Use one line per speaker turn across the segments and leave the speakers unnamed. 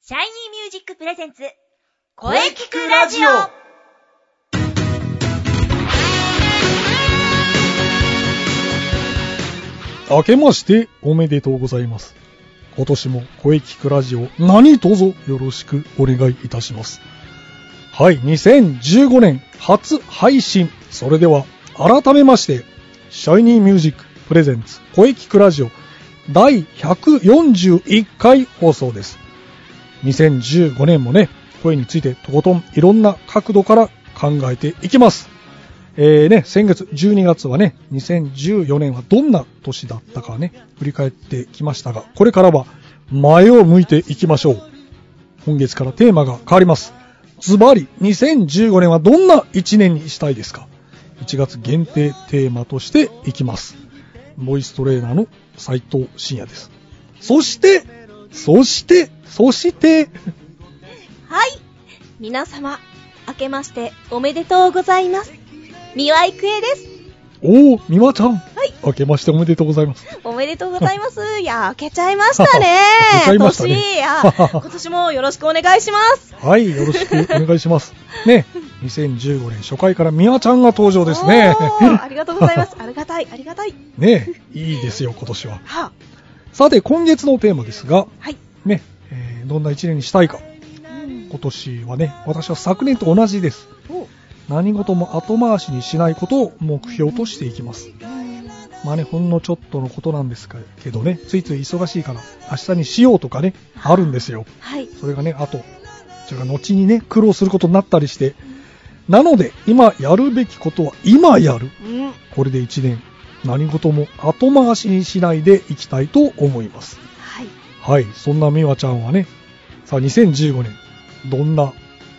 シャイニーミュージックプレゼンツ、
声聞くラジオ
明けましておめでとうございます。今年も声聞くラジオ何卒よろしくお願いいたします。はい、2015年初配信。それでは改めまして、シャイニーミュージックプレゼンツ声聞くラジオ第141回放送です。2015年もね、声についてとことんいろんな角度から考えていきます。えーね、先月12月はね、2014年はどんな年だったかね、振り返ってきましたが、これからは前を向いていきましょう。本月からテーマが変わります。ズバリ、2015年はどんな1年にしたいですか ?1 月限定テーマとしていきます。ボイストレーナーの斉藤慎也です。そして、そして、そして、
はい。皆様、明けましておめでとうございます。三輪郁恵です。
おー、美和ちゃん。
はい。
明けましておめでとうございます。。
おめでとうございます。いや、明けちゃいましたね
明けちゃいましたね
年い や、今年もよろしくお願いします。
はい、よろしくお願い します。ね、2015年初回からミワちゃんが登場です
お
ね。
ーありがとうございます。ありがたい、ありがたい。
ね、いいですよ、今年は。
はあ、
さて、今月のテーマですが、
はい。
ね、えーどんな一年にしたいか。
うん
今年はね、私は昨年と同じです。
おう
何事も後回しにしないことを目標としていきます。まあね、ほんのちょっとのことなんですけどね、ついつい忙しいから明日にしようとかね、あるんですよ。
はい。
それがね、あと、それが後にね、苦労することになったりして、なので、今やるべきことは今やる。
うん。
これで1年、何事も後回しにしないでいきたいと思います。
はい。
はい、そんな美和ちゃんはね、さあ2015年、どんな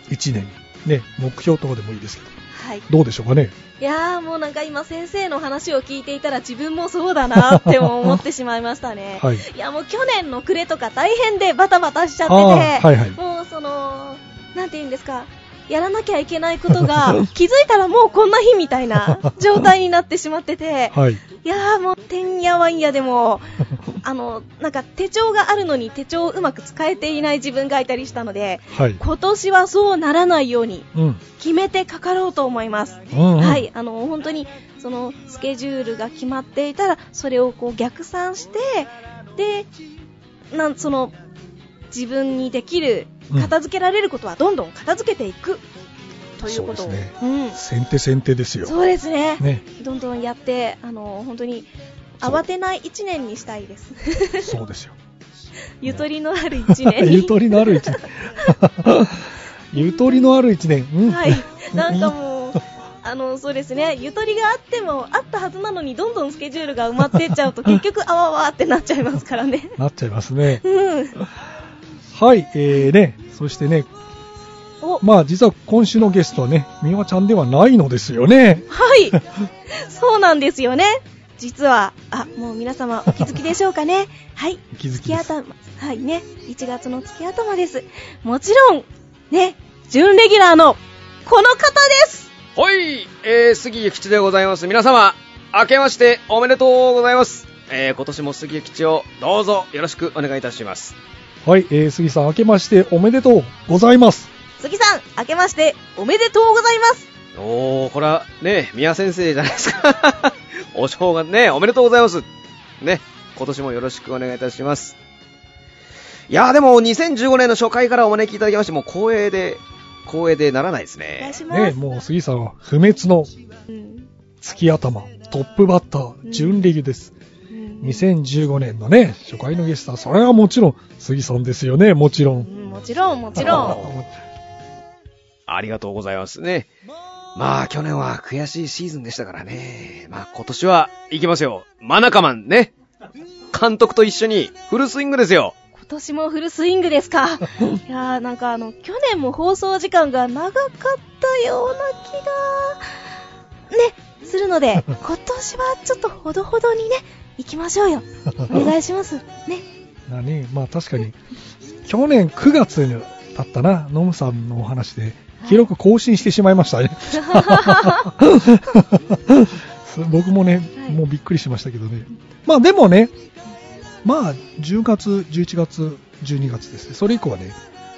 1年、ね、目標とかでもいいですけ
はい。
ど、どうでしょうかね。。
いやーもうなんか今先生の話を聞いていたら自分もそうだなっても思ってしまいましたね
はい。
いやもう去年の暮れとか大変でバタバタしちゃってて、
あーはいはい
もうその、なんて言うんですか、やらなきゃいけないことが気づいたらもうこんな日みたい な状態になってしまってて、
はい。
いやーもうてんやわんやでも、あの、なんか手帳があるのに手帳をうまく使えていない自分がいたりしたので、
はい。
今年はそうならないように
うん。
決めてかかろうと思います。
うん、うん。
はい、あの本当にそのスケジュールが決まっていたらそれをこう逆算してでなんその自分にできる
うん
片付けられることはどんどん片付けていく、ということを
そうですね
うん、
先手先手ですよ。
そうですね
ね。
どんどんやってあの本当に
そう
慌てない1年にしたいです
そうですよ。
ゆとりのある1年
ゆとりのある一年。 ゆとりのある一年。うん
はいなんかもうあのそうですねゆとりがあってもあったはずなのにどんどんスケジュールが埋まっていっちゃう と結局あわわってなっちゃいますからね
なっちゃいますね。
うん。
はい、えーね、そしてね、
お、
まあ実は今週のゲストはね、みわちゃんではないのですよね。
はい。そうなんですよね。実は、あ、もう皆様お気づきでしょうかね。はい。
お気づ
月
きです。
頭、はいね。1月の月頭です。もちろん、ね、準レギュラーの、この方です
ほい、えー、杉ゆきちでございます。皆様、明けましておめでとうございます。えー、今年も杉ゆきちをどうぞよろしくお願いいたします。
はい、えー、杉さん明けましておめでとうございます。
杉さん、明けまして、おめでとうございます
おー、これはね、宮先生じゃないですか。 お正月ね、おめでとうございます。ね、今年もよろしくお願いいたします。いやーでも2015年の初回からお招きいただきまして、もう光栄で、光栄でならないです
お願い
ね。
します。
ね、もう杉さんは不滅の
うん
月頭、トップバッター、準レギュです。
うん
2015年のね、初回のゲストは、それはもちろん杉さんですよね、もちろ。
うんんもちろん、もちろ ん。
ありがとうございますね。まあ去年は悔しいシーズンでしたからね。まあ今年は行きますよ。マナカマンね。監督と一緒にフルスイングですよ。
今年もフルスイングですか。い やー、なんかあの、去年も放送時間が長かったような気が、ね、するの で、今年はちょっとほどほどにね、行きましょう よ。お願いします。ね。
だね、まあ確かに、去年9月だったな、ノムさんのお話で、記録更新してしまいまし たね。 僕もね、
はい
もうびっくりしましたけどね。まあでもね、まあ10月、11月、12月ですね、それ以降はね、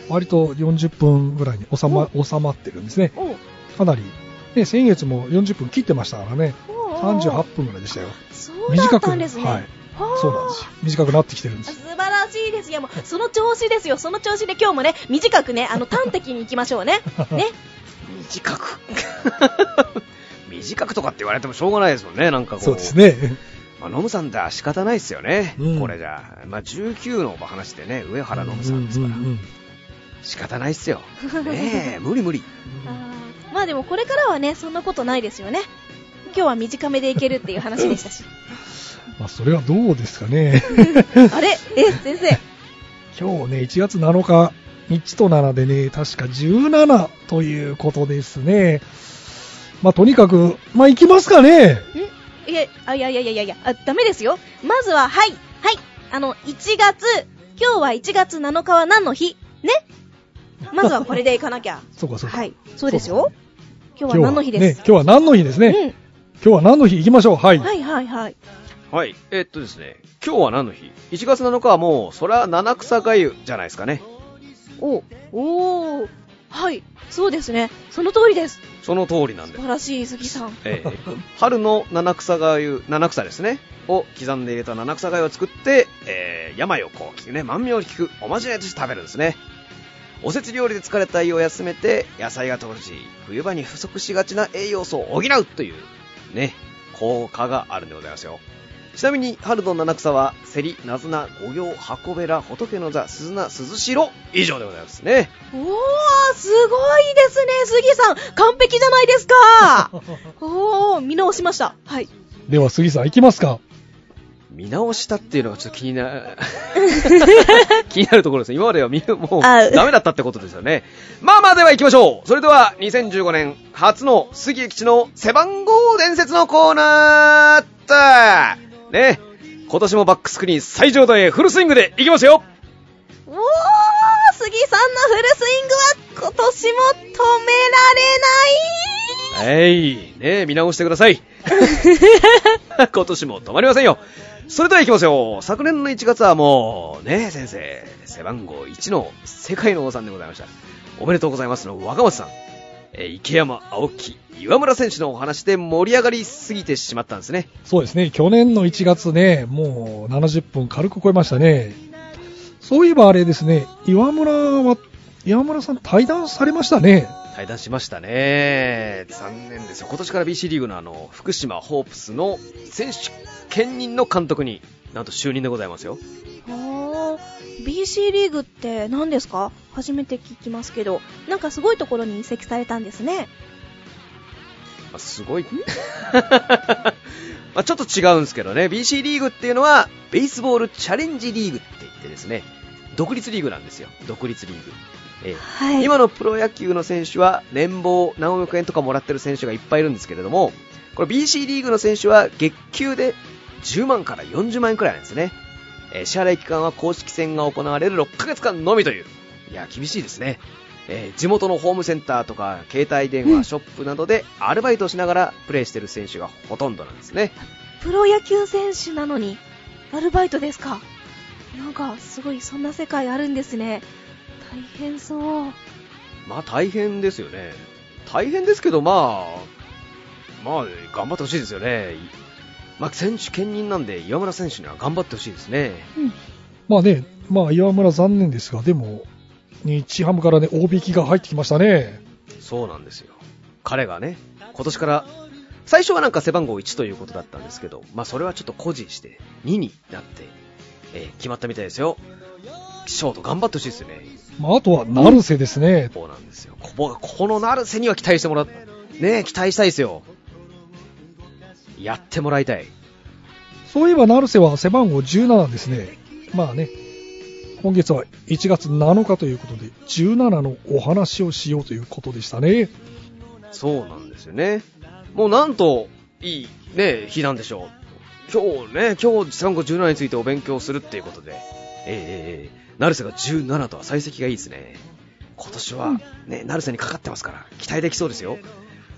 割と40分ぐらいに収ま収まってるんですね。
おう
かなり。ね、先月も40分切ってましたからね。
おうおうおう
38分ぐらいでしたよ。
そうだったんですね。
はい
はあ
そうなんですよ。短くなってきてるんです。
素晴らしいです。いやもう、その調子ですよ。その調子で今日もね、短くね、あの、端的に行きましょう ね。ね。
短く 短くとかって言われてもしょうがないですもんね、なんかこう。
そうですね。
まあ、ノムさんだ仕方ないですよね、
うん
これじゃあ、まあ、19のお話でね、上原ノムさんですから、
ううんうん
仕方ない っすよ、ねえ、無理無理、
あーまあでもこれからはね、そんなことないですよね。今日は短めでいけるっていう話でしたし。
まあ、それはどうですか ね。
あれえ、先生。
今日ね、1月7日、1と7でね、確か17ということですね。まあ、とにかく、まあ、行きますかね。
んいや、あ、いやいやいやいやいや、あ、ダメですよ。まずは、はい、はい。あの、1月、今日は1月7日は何の日ねまずはこれでいかなきゃ。
そう か、そうか。
はい。そうですよ。今日は何の日です
ね、今日は何の日ですね。
うん。
今日は何の日行きましょう。はい。
はいはいはい。
はい、えっとですね、今日は何の日、1月7日はもう、そら七草がゆじゃないですかね、
おおーはい。そうですね。その通りです。
その通りなんで
素、晴らしい、杉さん。
ええ春の七草がゆ、七草ですね、を刻んで入れた七草がゆを作って、えー病をこう、ね、万病を効くおまじないとして食べるんですね。おせち料理で疲れた胃を休めて野菜がとるし冬場に不足しがちな栄養素を補うというね効果があるんでございますよちなみに春の七草はセリナズナ五行箱べら仏の座鈴名鈴代以上でございますね
おー、すごいですね、杉さん。完璧じゃないですか。おー、見直しました。はい。
では、杉さん行きますか。
見直したっていうのがちょっと気にな 気になるところですね今までは見もう
あ
ダメだったってことですよねまあまあでは行きましょうそれでは2015年初の杉江吉の背番号伝説のコーナーだね今年もバックスクリーン最上段へフルスイングで行きますよ
おー、杉さんのフルスイングは今年も止められない。
はいね見直してください 今年も止まりませんよそれでは行きますよ昨年の1月はもうね先生背番号1の世界の王さんでございましたおめでとうございますの若松さんえー池山青木岩村選手のお話で盛り上がりすぎてしまったんですね
そうですね、去年の1月ね、もう70分軽く超えましたね。そういえばあれですね、岩村は、岩村さん対談されましたね。
対談しましたね残念ですよ今年から BC リーグのあの福島ホープスの選手兼任の監督になんと就任でございますよ
おー、BC リーグって何ですか初めて聞きますけど。なんかすごいところに移籍されたんですね。
まあすごい。 まあちょっと違うんですけどね、BC リーグっていうのは、ベースボールチャレンジリーグって言ってですね、独立リーグなんですよ、独立リーグ。ええ
はい。
今のプロ野球の選手は年俸何億円とかもらってる選手がいっぱいいるんですけれども、これ BC リーグの選手は月給で10万から40万円くらいなんですね。えー支払い期間は公式戦が行われる6ヶ月間のみという。いや、厳しいですね。えー地元のホームセンターとか携帯電話ショップなどでアルバイトをしながらプレーしてる選手がほとんどなんですね。
プロ野球選手なのに、アルバイトですか。なんか、すごい、そんな世界あるんですね。大変そう。
まあ大変ですよね。大変ですけど、まあ、まあ、頑張ってほしいですよね。いまあ、選手兼任なんで、岩村選手には頑張ってほしいですね。
まあね、まあ岩村残念ですが、でも、日ハムからね、大引きが入ってきましたね。
そうなんですよ。彼がね、今年から、最初はなんか背番号1ということだったんですけど、まあそれはちょっと固辞して、2になって、えー決まったみたいですよ。ショート頑張ってほしいですよね。
まああとは、成瀬ですね。
そうなんですよ。こここの成瀬には期待してもらっねえ期待したいですよ。やってもらいたい。
そういえば成瀬は背番号17ですね。まあね、今月は1月7日ということで、17のお話をしようということでしたね。
そうなんですよね。もうなんといいね、日なんでしょう。今日ね、今日3個17についてお勉強するっていうことで、ええええ成瀬が17とは採石がいいですね。今年はね、成瀬にかかってますから、期待できそうですよ。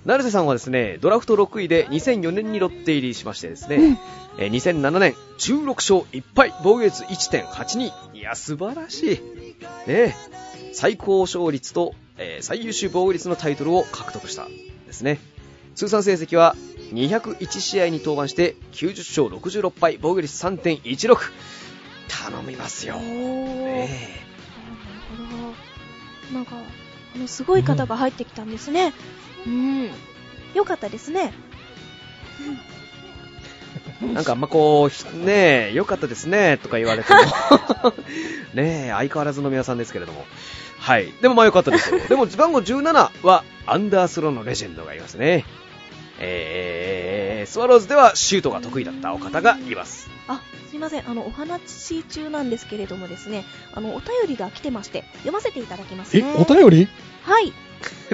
成瀬さんはですね、ドラフト6位で2004年にロッテ入りしましてですね、えー2007年16勝1敗、防御率1.82。いや、素晴らしい。ねえ最高勝率と、えー最優秀防御率のタイトルを獲得したんですね通算成績は201試合に登板して90勝66敗防御率3.16頼みますよ、
お
ね
ー。
え
なるほど。なんか、あの、すごい方が入ってきたんですね。うん。よかったですね。
なんかあんまこうひ、ねえ、よかったですね、とか言われて も。ねえ、相変わらずの皆さんですけれども。はい。でもまあよかったです よ。でも、番号17は、アンダースローのレジェンドがいますね。えー、スワローズではシュートが得意だったお方がいます。
あ、すいません。あの、お話し中なんですけれどもですね、あの、お便りが来てまして、読ませていただきます
え
ね。、
お便り
はい。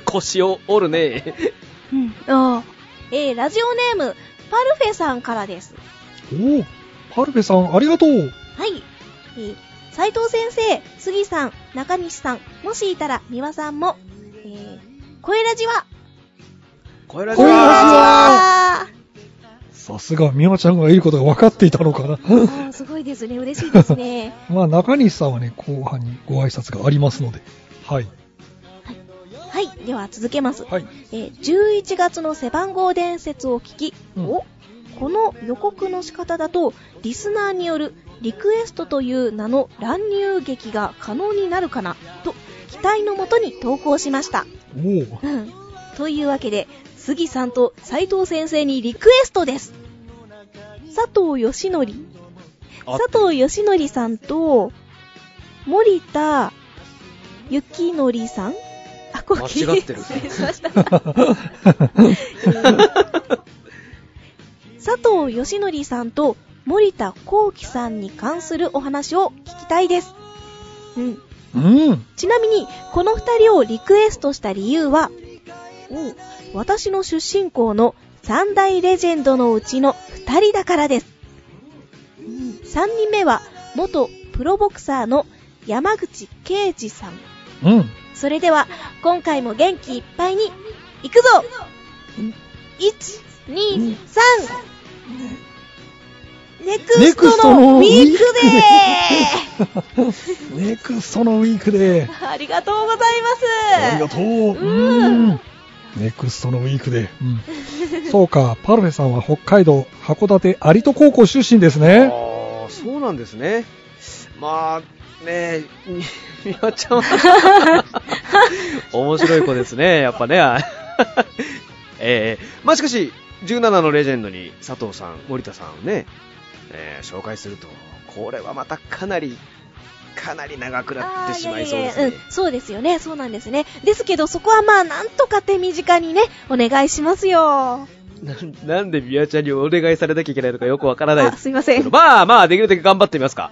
腰を折るね。
うん。ああ。えー、ラジオネーム、パルフェさんからです。
おお、パルフェさん、ありがとう。
はい。えー、斉藤先生、杉さん、中西さん、もしいたら、三輪さんも、えー、声ラジは、
声ラジ
声ラジ
は
あ
さすが、ミワちゃんがいることが分かっていたのかな。
ー、すごいですね。嬉しいですね。
まあ、中西さんはね、後半にご挨拶がありますので。はい。
はい。では、続けます。
はい。
えー、11月の背番号伝説を聞き、
うん
おこの予告の仕方だと、リスナーによるリクエストという名の乱入劇が可能になるかな、と期待のもとに投稿しました。
おお、
うん。というわけで、杉さんと斉藤先生にリクエストです。佐藤義則
あ
佐藤義則さんと、森田幸則さんあ、こ
間
れ
違ってる
失礼しました。佐藤義則さんと森田幸喜さんに関するお話を聞きたいです。うん。
うん。
ちなみに、この二人をリクエストした理由は、私の出身校の三大レジェンドのうちの二人だからです。三人目は、元プロボクサーの山口圭二さん。
うん。
それでは、今回も元気いっぱいに、行くぞ !1、2、3! ネクストのウィークデ ー
ネクストのウィークで。
ありがとうございます
ありがとう。うん。ネクストのウィークで。うん。そうか、パルフェさんは北海道函館有戸高校出身ですね。
あーそうなんですね。まあ、ね え、みみわちゃんは 面白い子ですね、やっぱね。 えー、まあしかし、17のレジェンドに佐藤さん、森田さんをね、えー紹介すると、これはまたかなり、かなり長くな
あ
って
ー
しまいそうです
や
ね
やや。うん、そうですよね、そうなんですね。ですけど、そこはまあ、なんとか手短にね、お願いしますよ。
ななんでみわちゃんにお願いされなきゃいけないのかよくわからない
あ、
です
すいません。
まあまあ、できるだけ頑張ってみますか。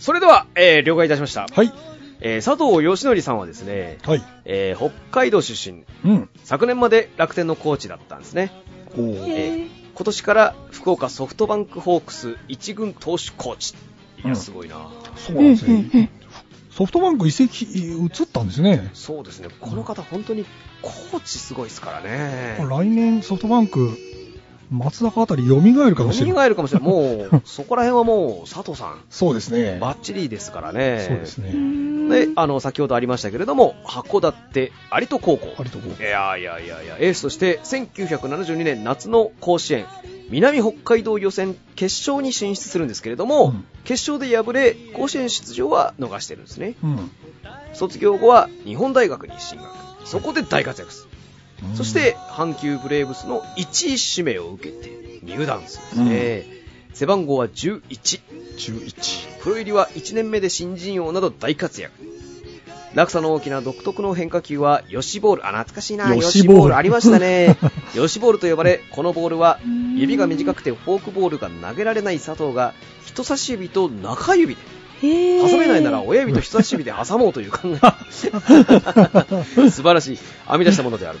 それでは、えー了解いたしました。
はい。
えー佐藤義則さんはですね、
はい。
えー北海道出身、
うん。
昨年まで楽天のコーチだったんですね。
おー
え
へ
ー今年から福岡ソフトバンクホークス一軍投手コーチ。いや、すごいな、
そ
う
うなん
ん、う
ですね。
ん、
ソフトバンク移籍移ったんですね。
そうですね、この方本当にコーチすごいですからね。
来年ソフトバンク、松坂あたり蘇るかもしれない。
蘇るかもしれない。もう、そこら辺はもう佐藤さん、
そうですね
バッチリですからね。
そうです
う
ね。
ん。
で、あの、先ほどありましたけれども、函館有戸高校。
ありとこ
いやいやいやいや、エースとして1972年夏の甲子園、南北海道予選決勝に進出するんですけれども、
うん
決勝で敗れ、甲子園出場は逃してるんですね。
うん。
卒業後は日本大学に進学。そこで大活躍です。そして、、阪急ブレーブスの1位指名を受けて入団するんですね。背番号は11。
11。
プロ入りは1年目で新人王など大活躍落差の大きな独特の変化球はヨシボールあ懐かしいな
ヨ
ヨ
シ
シ
ボール
ボールありました ねヨシボールと呼ばれこのボールは
うん
指が短くてフォークボールが投げられない佐藤が人差し指と中指で
へ
挟めないなら
お
親指と人差し指で挟もうという考 え素晴らしい編み出したものである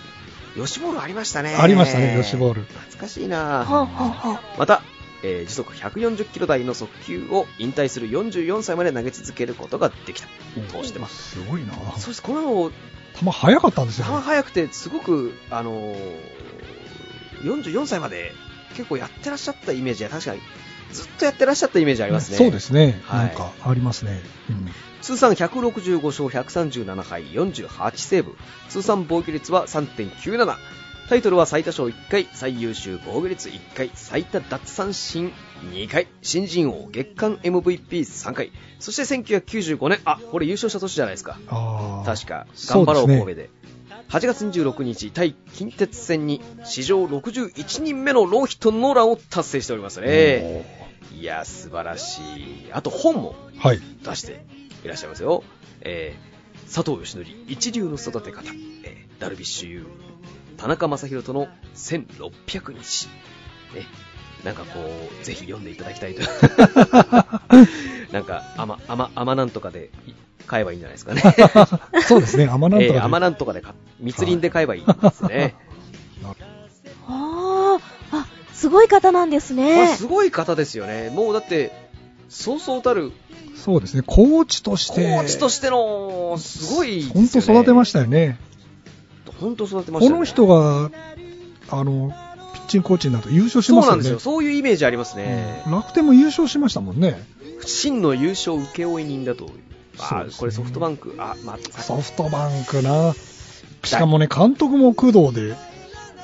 ヨシボールありましたね
ありましたね、ヨシボール。
懐かしいな
はあ、はあ、はあ。
また、えー時速140キロ台の速球を引退する44歳まで投げ続けることができた投手でます、
すごいな。
そうですこの
球速かったんです
球
よ。
速くてすごく、あのー44歳まで結構やってらっしゃったイメージは確かにずっとやってらっしゃったイメージありますね。
そうですね。
はい
なんかありますね。うん
通算165勝137敗48セーブ通算防御率は3.97タイトルは最多勝1回最優秀防御率1回最多奪三振2回新人王月間 MVP3 回そして1995年あこれ優勝した年じゃないですか
あー
確か頑張ろ
そ
う
うですね
神戸で8月26日対近鉄戦に史上61人目のノーヒットノーランを達成しておりますねいや素晴らしいあと本も
はい。
出していらっしゃいますよ、えー佐藤義則一流の育て方、えーダルビッシュ有田中将大との1600日、ね、なんかこうぜひ読んでいただ きたいとなんか「あま」あま「あまなんとか」で買えばいいんじゃないですかね
そうですね。甘なんと
え
かで
ー「あまなんとか」で買っ密林で買えばいいですね、
ああ、あ、すごい方なんです
まあ
ね。
すごい方ですよねもうだってそうそうたる
そうですね。コーチとし
コ
て。
ーチとしてのすごい
本当育てま
し
したよね。
た本当育て
こ
ましたよ
の
ね
人が、あの、ピッチングコーチになると優勝し
そ
ま
う
す
な
よ
ん
ね。
ですよ、そういうイメージありますね、
うん楽天も優勝しましたもんね。
真の優勝請負人だと、
そう
あ
ですね
これソフトバンク、あ、まあ、
ソフトバンクな。しかもね、監督も工藤で、ピ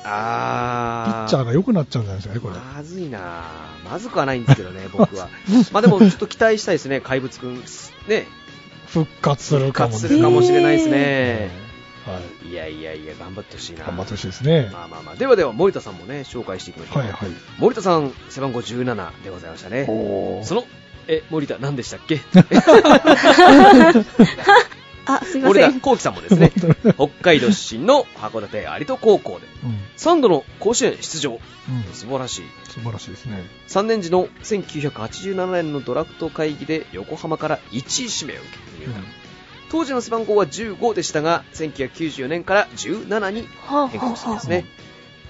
あ
ッチャーが良くなっちゃうんじゃないですかね、これ。
まずいな、まずくはないんですけどね、 僕は、まあでもちょっと期待したいですね、怪物くん、ね、
復活する
復
かも
活
ね
するかもしれないですね、
はい。
いやいやいや、頑張ってほしいな、
頑張ってほしいですね。
まあまあまあ、ではでは、森田さんもね、紹介していきましょう、
はいはい。
森田さん、背番号17でございましたね、
おー
その、え、森田、何でしたっけ
あ、すいま
森
せ
田
ん。
幸輝さんもですね、北海道出身の函館有戸高校で
うん。うん。
3度の甲子園出場素晴らしい
素晴らしいですね。
3年時の1987年のドラフト会議で横浜から1位指名を受
う
け入
ん
団当時の背番号は15でしたが1994年から17に
はあ、
変更したんです
は
ね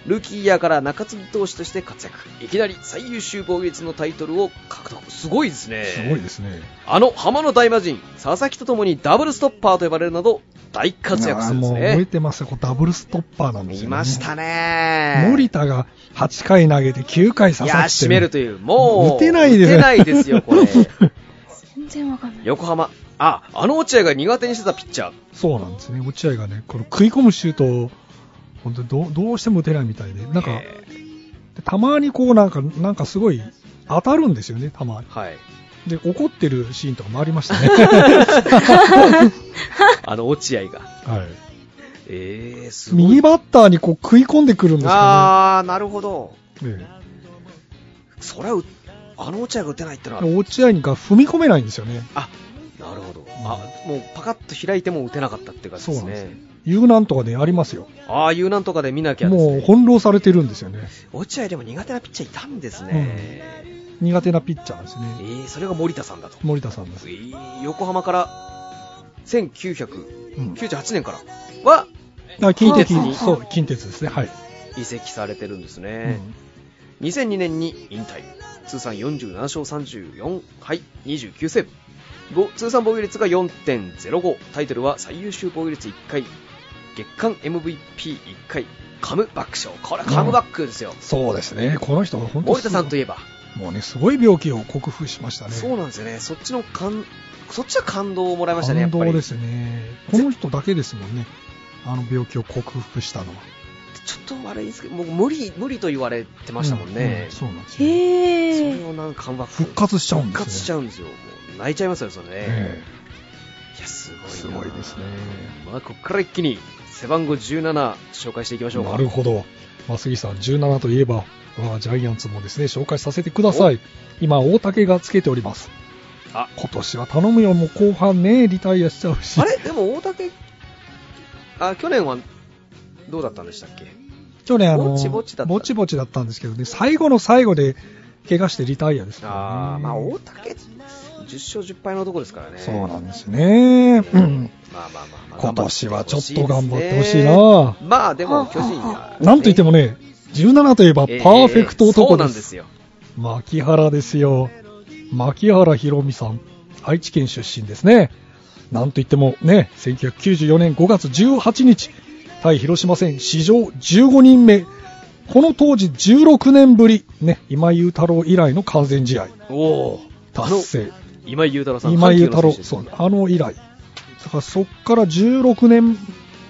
ルーキーイヤーから中継ぎ投手として活躍いきなり最優秀防御率のタイトルを獲得すごいですね
すごいですね。
あの浜の大魔神佐々木とともにダブルストッパーと呼ばれるなど大活躍するんで
も
す
う覚え
ね
てますよ。こうダブルストッパーなんですよ、ね。
見ましたね
森田が8回投げて9回刺
いや
さっ
ー、
て
締めるという、もう、
打てないです
打てないですよ、これ。
い全然わかんない。
横浜。あ、あの落合が苦手にしてたピッチャー。
そうなんですね落合がねこの食い込むシュートを本当にどうどうしても打てないみたいでなんか
えー
たまにこうなんかなんかすごい当たるんですよねたまに
はい。
で怒ってるシーンとかもありました ね、
あの落合が。
はい、
えー、すごい。
右バッターにこう食い込んでくるんですよ
あー、なるほど。
ね
そりゃう、あの落合が打てないってのは、
ね落合が踏み込めないんですよね
あ、なるほど。あ、もうパカッと開いても打てなかったって感じです
そうなんです
ね。
U なんとかでありますよ
あー、U なんとかで見なきゃです
もう
ね。
翻弄されてるんですよね
落合でも苦手なピッチャーいたんですね。
苦手なピッチャーです
え
ね
ー、それが森田さんだと。
森田さんです、
えー横浜から、1900、
うん、
98年からは
あ近鉄
近鉄に
にそう近鉄ですねはい、
移籍されてるんです
う
ね、
ん
2002年に引退通算47勝34敗29セーブご通算防御率が4.05タイトルは最優秀防御率1回月間 MVP1 回カムバック賞これカムバックですよ、
そうですね、この人は本当
森田さんといえば、
もうね、すごい病気を克服しましたね。
そうなんですよねそっちの感そっちは感動をもらいましたねや
感
っぱ
動
り
ですね。この人だけですもんね。あの病気を克服したのは。
ちょっと悪いですけどもう無理無理と言われてましたもん
う
ね
う、そうなんですよ。
へ
それ
え。
をなんかカムバック
復活しちゃうんですね。
復活しちゃうんですよもう泣いちゃいますよそれね、
え
いや、すごい
え
な
すごいですね。。
まあ、ここから一気に背番号17紹介していきましょうか。
なるほど。まあ、杉さん、17といえば、我がジャイアンツもですね、紹介させてください。今、大竹がつけております。
あ
今年は頼むよ、もう後半ね、リタイアしちゃうし。
あれでも大竹、あ、去年はどうだったんでしたっけ
去年あの
ぼちぼちだった
ぼちぼちだったんですけどね、最後の最後で怪我してリタイアですからね。
あーまあ、大竹、10勝10敗のとこですからね。
そうなんですね。
う
うんん。
まあまあまあまあ。
今年はちょっと頑張って
ほ
ほ
しい
し
で
い
す
な
ね。まあ、でも巨人は、
なんといってもね、17といえばパ
ええ、
ーフェクト
そ
男
うな
で。
んですすよ。
牧原ですよ。牧原ひろみさん。愛知県出身ですね。なんといってもね、1994年5月18日、対広島戦史上15人目、この当時16年ぶり、ね、今井雄太郎以来の完全試合
おお
達成。
今井雄太郎さん
今井雄太郎、
阪
そ
急
う
の選手ですね、
あの以来。だからそっから16年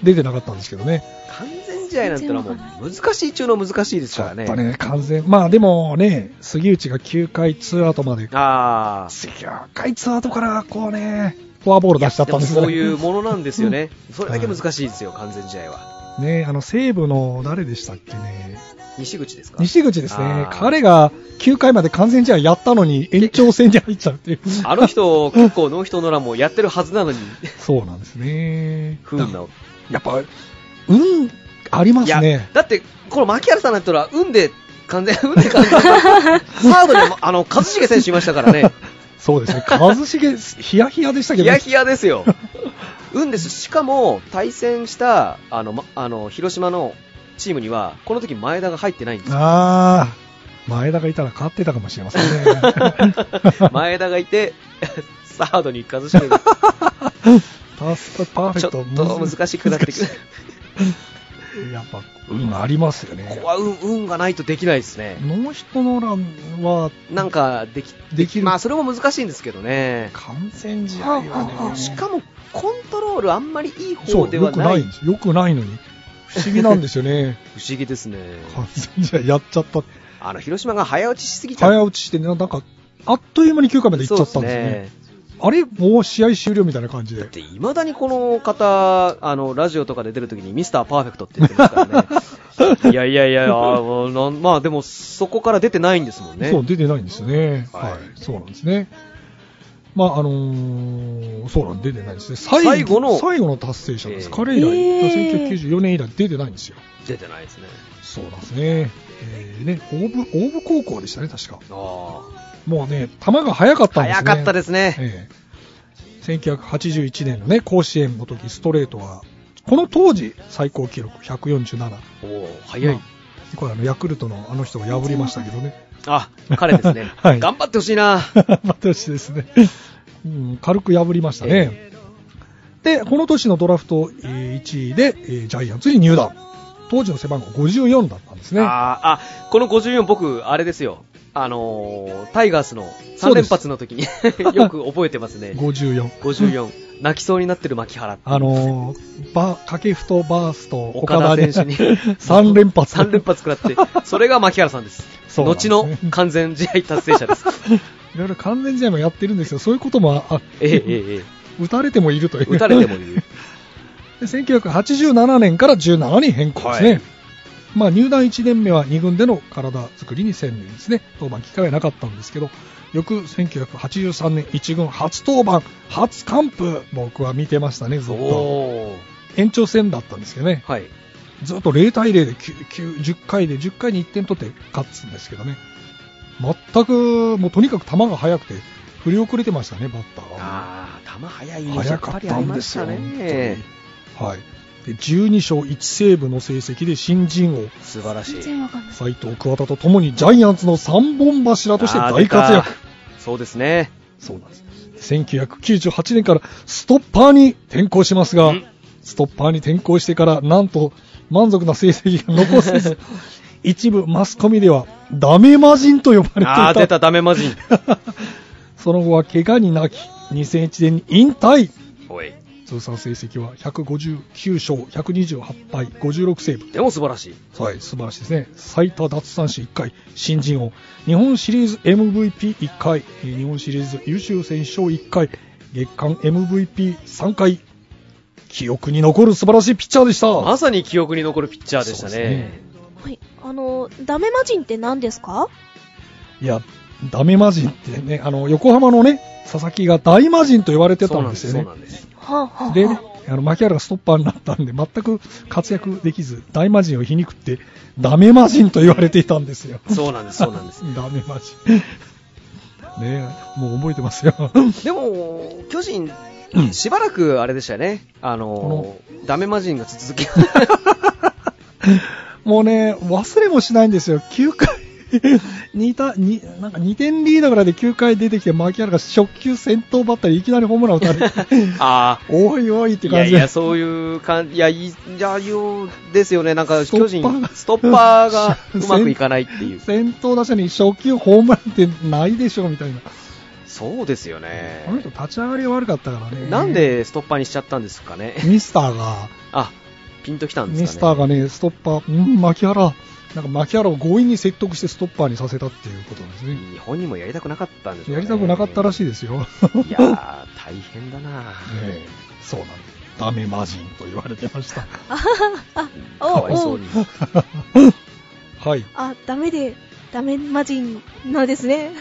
出てなかったんですけどね。
完全試合なんてのはもう難しい中の難しいです
ちょ
か
っ
らね
とね、完全。まあでもね、杉内が9回ツーアウトまで。
ああ
9回ツーアウトから、こうね、フォアボール出しちゃっ
で
たん
も
ですね
そういうものなんですよね、それだけ難しいですよ、完全試合は。
ね、あの西武の誰でしたっけね、
西口ですか
西口ですね
あ、ー
彼が9回まで完全試合やったのに、延長戦に入っちゃうっていう、
あの人、結構ノーヒットノーランもやってるはずなのに、
そうなんですね、
不運な。
やっぱ、運ありま
い
す
や
ね、、
だって、この牧原さんだったら、運で完全、 運で完全、サードに もあの、一茂選手いましたからね、
そうですね、一茂、ヒヤヒヤでしたけ
ヒ
ど
ヤ、ヒヤですよ。運です。しかも、対戦した、あの、まあの、広島のチームには、この時前田が入ってないん ですよ。
あー、前田がいたら勝ってたかもしれません ね、
前田がいて、 サードに一茂が、
パスパーフェ
ちょ
ク
っと
ト、
難しくなってくる。
る、やっぱ、運ありますよね
こ、こは運運がないとできないですね。
ノーヒットノーランは、
なんかでき、
できる、
まあそれも難しいんですけどね。
完全試合はね、
しかもコントロールあんまりいい
そ
方
う、
で
よ
は
く
な。
ないいんです。よくないのに。不思議なんですよね。
不思議ですね。
完全試合やっちゃった。
あの広島が早打ちしすぎちゃ
早打ちしてね、なんか、あっという間に9回まで行っちゃったんですね。
そうですね。
あれもう試合終了みたいな感じ
だっ
で。
ていまだにこの方あのラジオとかで出るときにミスターパーフェクトって言ってますから ね。いやいやいや、あのなんまあでもそこから出てないんですもんね。
そう、出てないんですよね。
は
はいい。そうなんですね。まあ、あのーそうなん、出てないですね。最
最後の
最後の達成者です。
えー
彼以来、
えー
1994年以来出てないんですよ。
出てないですね。
そうなんですね。えー、ね、大部、大部高校でしたね、確か。
ああ、
もうね、球が速かったんですね。
早かったですね。
ええ1981年のね、甲子園の時、ストレートは、この当時、最高記録147。
おおー、早い
ま。あこれあの、ヤクルトのあの人が破りましたけどね。。
あ、彼ですね
はい
頑張ってほしいな。
またしですね。うん、軽く破りましたね。で、この年のドラフトえー1位で、えージャイアンツに入団。当時の背番号54だったんですね。
あーあ、この54、僕、あれですよ。あのータイガースの3連発の時に よく覚えてますね。
54。
54、泣きそうになってる牧原。
あのー、バー、掛布とバースと
岡
岡
田
田
選
で
手 に
3連発。
3連発食らって、それが牧原さんです。
そうなんで
後
すね
の完全試合達成 者です。
いろいろ完全試合もやってるんですよ。そういうこともあ、
えええええ
打たれてもいるとい
え
う。
打たれてもいい。
で1987年から17に変更ですね。
はい
まあ入団1年目は2軍での体作りに専念ですね。登板機会はなかったんですけど、翌1983年1軍初登板、初完封。僕は見てましたね、ずっと。
おー。
延長戦だったんですけどね。
はい。
ずっと0対0で9 9 10回で10回に1点取って勝つんですけどね。全く、もうとにかく球が速くて、振り遅れてましたね、バッターは。
ああ、球早いイメージや
早
っ
か
ぱ
っ
りあ
た
り
ん
ま
で
し
すよ、
たね。
はい、で12勝1セーブの成績で新人王
素晴らしい
全。然わかんない。
斎藤桑田とともにジャイアンツの3本柱として大活
あー出
躍
たそうですね。
そうなんです1998年からストッパーに転向しますが
うん
ストッパーに転向してからなんと満足な成績が残せ ず一部マスコミではダメ魔人と呼ばれてい
ああー、出た、ダメ魔人。
その後は怪我に泣き2001年に引退
おい。
通算成績は159勝128敗56セーブ
でも素晴らしい。
はい、素晴らしいですね。最多奪三振1回、新人王、日本シリーズ MVP1 回、えー日本シリーズ優秀選手賞1回、月間 MVP3 回、記憶に残る素晴らしいピッチャーでした。
まさに記憶に残るピッチャーでした
そうです
ね
ね。
はい。あの、ダメ魔人って何ですか
いや、ダメ魔人ってね、あの、横浜のね、佐々木が大魔人と言われてたんですよ
そう
ね
な。んです。
はあ、はあ、
でね、あの、牧原がストッパーになったんで、全く活躍できず、大魔人を皮肉って、ダメ魔人と言われていたんですよ。
そうなんです。そうなんです。
ダメマジ。ねえ、もう覚えてますよ。
でも、巨人、しばらくあれでしたよね。あの
こ、
ダメ魔人が 続き、
もうね、忘れもしないんですよ。9回 似た、に、なんか2点リードぐらいで9回出てきて、牧原が初球先頭バッターでいきなりホームラン打たれて、
ああ。
おいおいって
いや
感
い
じで
や、。そういう感じ、いや、いいいや、ようですよね。なんか、
ストッパ
巨
ー
人
が、
ストッパーがうまくいかないっ ていう。
先頭打者に初球ホームランってないでしょみたいな。
そうですよ
あの人
ね。
立ち上がりが悪かったからね。
なんでストッパーにしちゃったんですかね。
ミスターが、
あ、ピンときたんですかね。
ミスターがね、ストッパー、うん、牧原、なんか牧原を強引に説得してストッパーにさせたっていうことですね。
日本にもやりたくなかったんでしょう
や
ね
りたくなかったらしいですよ。
いやー、大変だな、
ええそうなんです。ダメ魔人と言われてました。
お
かわいそうに。
はい。
あ、ダメで、ダメ魔人なんですね。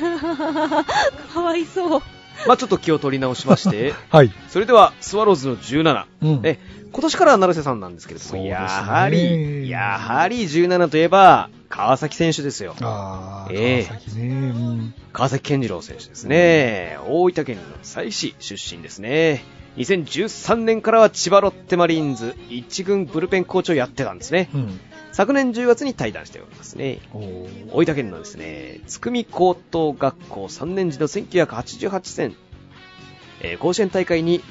かわいそう。
まあちょっと気を取り直し まして、
はい。
それではスワローズの17、
うん
え今年からは成瀬さんなんですけれども、
そうですね
やはり、やはり17といえば、川崎選手ですよ、
ああ、
ええ
川崎ね、うん。
川崎健次郎選手ですね、大分県の佐伯市出身ですね。2013年からは千葉ロッテマリーンズ1軍ブルペンコーチをやってたんですね。
うん。
昨年10月に退団しておりますね。
おー
大分県のですね、つくみ高等学校3年時の1988戦、えー甲子園大会に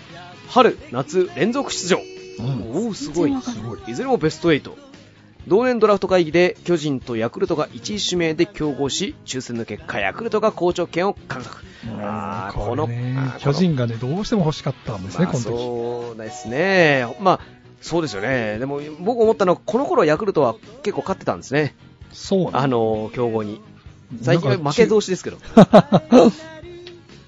春、夏連続出場。
うん
おお、すごい
全然わかん
ないすごい。
いずれもベスト8。同年ドラフト会議で巨人とヤクルトが1位指名で競合し、抽選の結果、ヤクルトが校長権を獲得。あー
これね
あー
巨人がね、どうしても欲しかったんですね、
まあ
この時。
そうですね。まあ、そうですよね。でも僕思ったのは、この頃ヤクルトは結構勝ってたんですね。
そう
あ
の、
の、競合に。最近は負け
し
同士ですけど。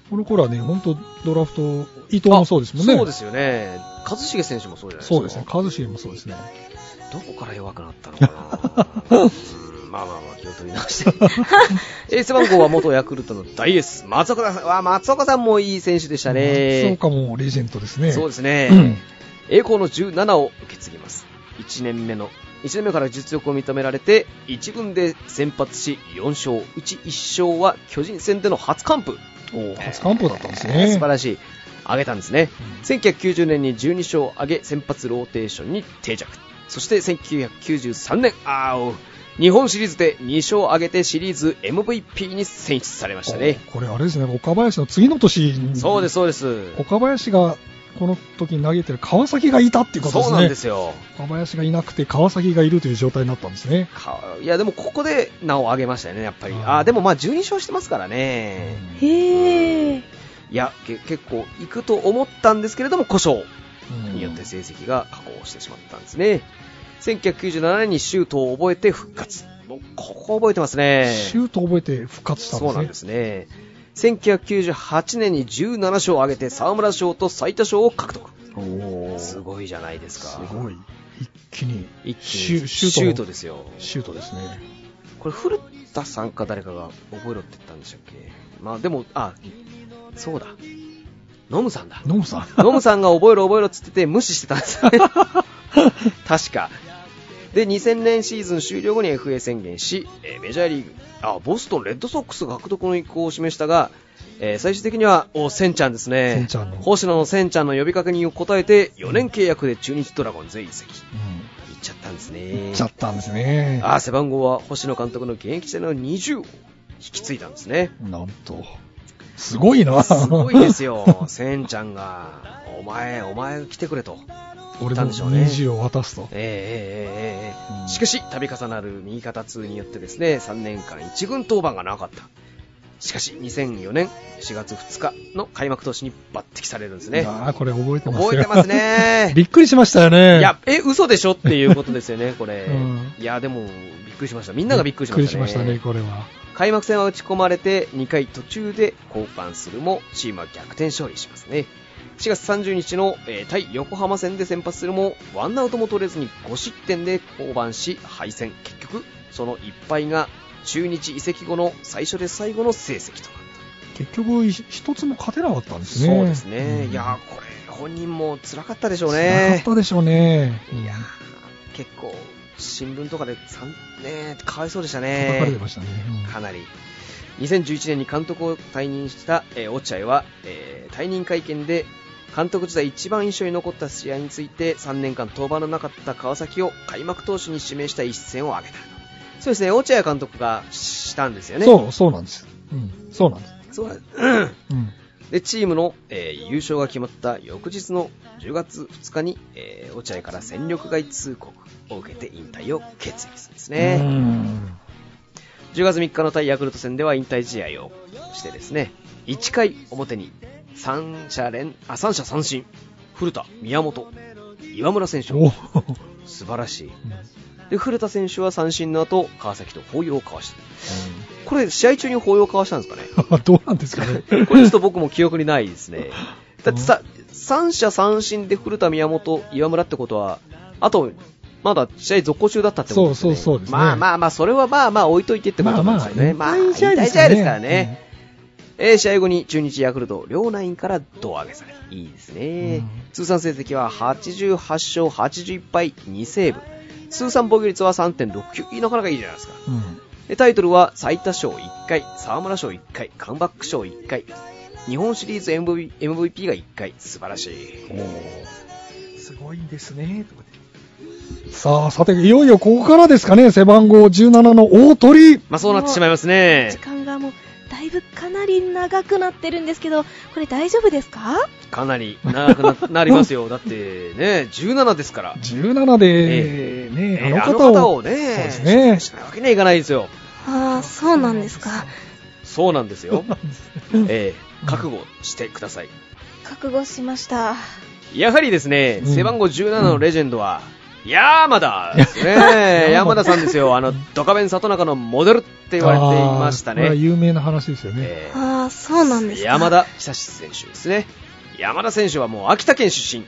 この頃はね、本当ドラフト、伊藤もそうですもんね。
そうですよね。一茂選手もそうじゃないですか。
そうですね。一茂もそうですね。
どこから弱くなったのか なうんまあまあまあ、気を取り直 して。エース番号は元ヤクルトの大エース、松岡さん。わあ、松岡さんもいい選手でした
そう
ね。
かも、レジェンドですね。
そうです
う
ね
ん。
栄光の17を受け継ぎます。1年目の、1年目から実力を認められて、1軍で先発し、4勝、うち1勝は巨人戦での初完封。
お初完封だったんですね
えー素晴らしい。上げたんですね。
うん
1990年に12勝を挙げ、先発ローテーションに定着。そして1993年、あーおう日本シリーズで2勝を挙げてシリーズ MVP に選出されましたね。
おこれあれですね、岡林の次の年。
そうです、
す。
そうです。
岡林が、この時に投げてる川崎がいたっていうことです
そ
ね。
うなんですよ。
岡林がいなくて川崎がいるという状態になったんですね。
かいや、でもここで名を上げましたよね、やっぱり。
うん
あーでもまあ12勝してますからね。
う
へえ。
いや、け結構いくと思ったんですけれども、故障。
ん
によって成績が下降してしまったんですね。1997年にシュートを覚えて復活。もうここ覚えてますね。
シュート覚えて復活したんですね。
そうなんですね。1998年に17勝を挙げて沢村賞と最多勝を獲得。
おー
すごいじゃないですか。
すごい。一気に。
一気
シュ
にシュ
シュ
ー
ート
ト
の
ですよ。
シュートですね。
これ古田さんか誰かが覚えろって言ったんでしたっけまあでも、あ、そうだ。ノムさんだ。
ノムさん。
ノムさんが覚えろ覚えろっつってて無視してたんですね。 確か。で、2000年シーズン終了後に FA 宣言し、えーメジャーリーグ、あ、ボストンレッドソックスが獲得の意向を示したが、えー最終的には、お、センちゃんですね。
センちゃんの
星野のセンちゃんの呼びかけに応えて、4年契約で中日ドラゴンズへ移籍。行
う
っちゃったんですね。
ん。行っちゃったんですね。
あー背番号は星野監督の現役時代の20を引き継いだんで すね。
なんと。すごいな。
すごいですよ、センちゃんが、お前、お前来てくれと。
俺
たん
の
でしょうね
20を渡すと。う
ええええええええ
ん
しかし、度重なる右肩痛によってですね、3年間一軍登板がなかった。しかし、2004年4月2日の開幕投手に抜擢されるんですね。
ああ、これ覚えてますよ
覚えてます。
。
ね
びっくりしましたよね。
いや、え、嘘でしょっていうことですよね、これ。
うん
いや、でも、びっくりしました。みんながびっくりしましたね。
びっくりしましたね、これは。
開幕戦は打ち込まれて2回途中で交換するもチームは逆転勝利しますね4月30日の、えー対横浜戦で先発するもワンアウトも取れずに5失点で降板し敗戦結局その1敗が中日移籍後の最初で最後の成績となった
結局、ひ一つも勝てなかったんですね。
そうですね、
うん
いやーこれ本人も辛かったでしょう
辛か
ね
ったでしょうね。
いやー結構新聞とかでさんねーかわいそうでした
叩
ね
かれてましたね。
かなり2011年に監督を退任した、えー落合は、えー退任会見で監督時代一番印象に残った試合について3年間登板のなかった川崎を開幕投手に指名した一戦を挙げたそうですね、落合監督がしたんですよね。
そう、そうなんです。うん、そうなんです。
そうなんです。
うん。
で、チームの、えー優勝が決まった翌日の10月2日に、えー、落合から戦力外通告を受けて引退を決意するんですね。
うん
10月3日の対ヤクルト戦では引退試合をしてですね、1回表に3者連、あ、3者三振、古田、宮本、岩村選手
お
を
ー
素晴らしい。
うん
で、古田選手は三振の後、川崎と抱擁を交わして、これ試合中に抱擁を交わしたんですかね
どうなんですかね。
これちょっと僕も記憶にないですね。だってさ、三者三振で古田、宮本、岩村ってことは、あと、まだ試合続行中だったってことですよね。
そうそうそうですね
まあまあまあ、それはまあまあ置いといてってことなんですよね。まあ、引退試合ですからね。。えー試合後に中日ヤクルト両ナインから胴上げされたいいですね、
うん
通算成績は88勝81敗2セーブ通算防御率は3.69なかなかいいじゃないですか
うん
でタイトルは最多勝1回沢村賞1回カムバック賞1回日本シリーズ MV MVP が1回素晴らしい
すごいんですね、とかって
うんさあ、さて、いよいよここからですかね、背番号17の大鳥。
まあそうなってしまいますね
時間がもう、だいぶかなり長くなってるんですけど、これ大丈夫ですか
かなり長くななりま すよだってね17ですから
17で、ね、
えー
あの方 を、
ね
そうですね
しないわけにはいかないですよ
ああ、そうなんですか。
そうなんですよ。 えー覚悟してください。
覚悟しました。
やはりですね、
うん
背番号17のレジェンドは、山田です ね。山田さんですよ。あの、ドカベン里中のモデルって言われていました
あーこれは
ね。
有名な話ですよね。
えー
ああ、そうなんですか。
山田久志選手ですね。山田選手はもう秋田県出身。
う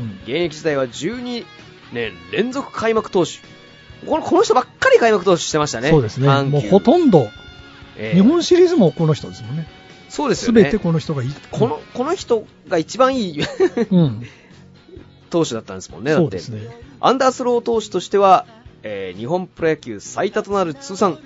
ん
現役時代は12年連続開幕投手。このこの人ばっかり開幕投手してましたね。
そうですね。
阪急
もうほとんど、
えー
日本シリーズもこの人ですもんね。
そうです
す
よ
べ
ね。
てこの人がいい。
この、この人が一番いい
うん。
投手だったんですもんね。だ
そ
っ
うで
て
す。ね。
アンダースロー投手としては、えー日本プロ野球最多となる通算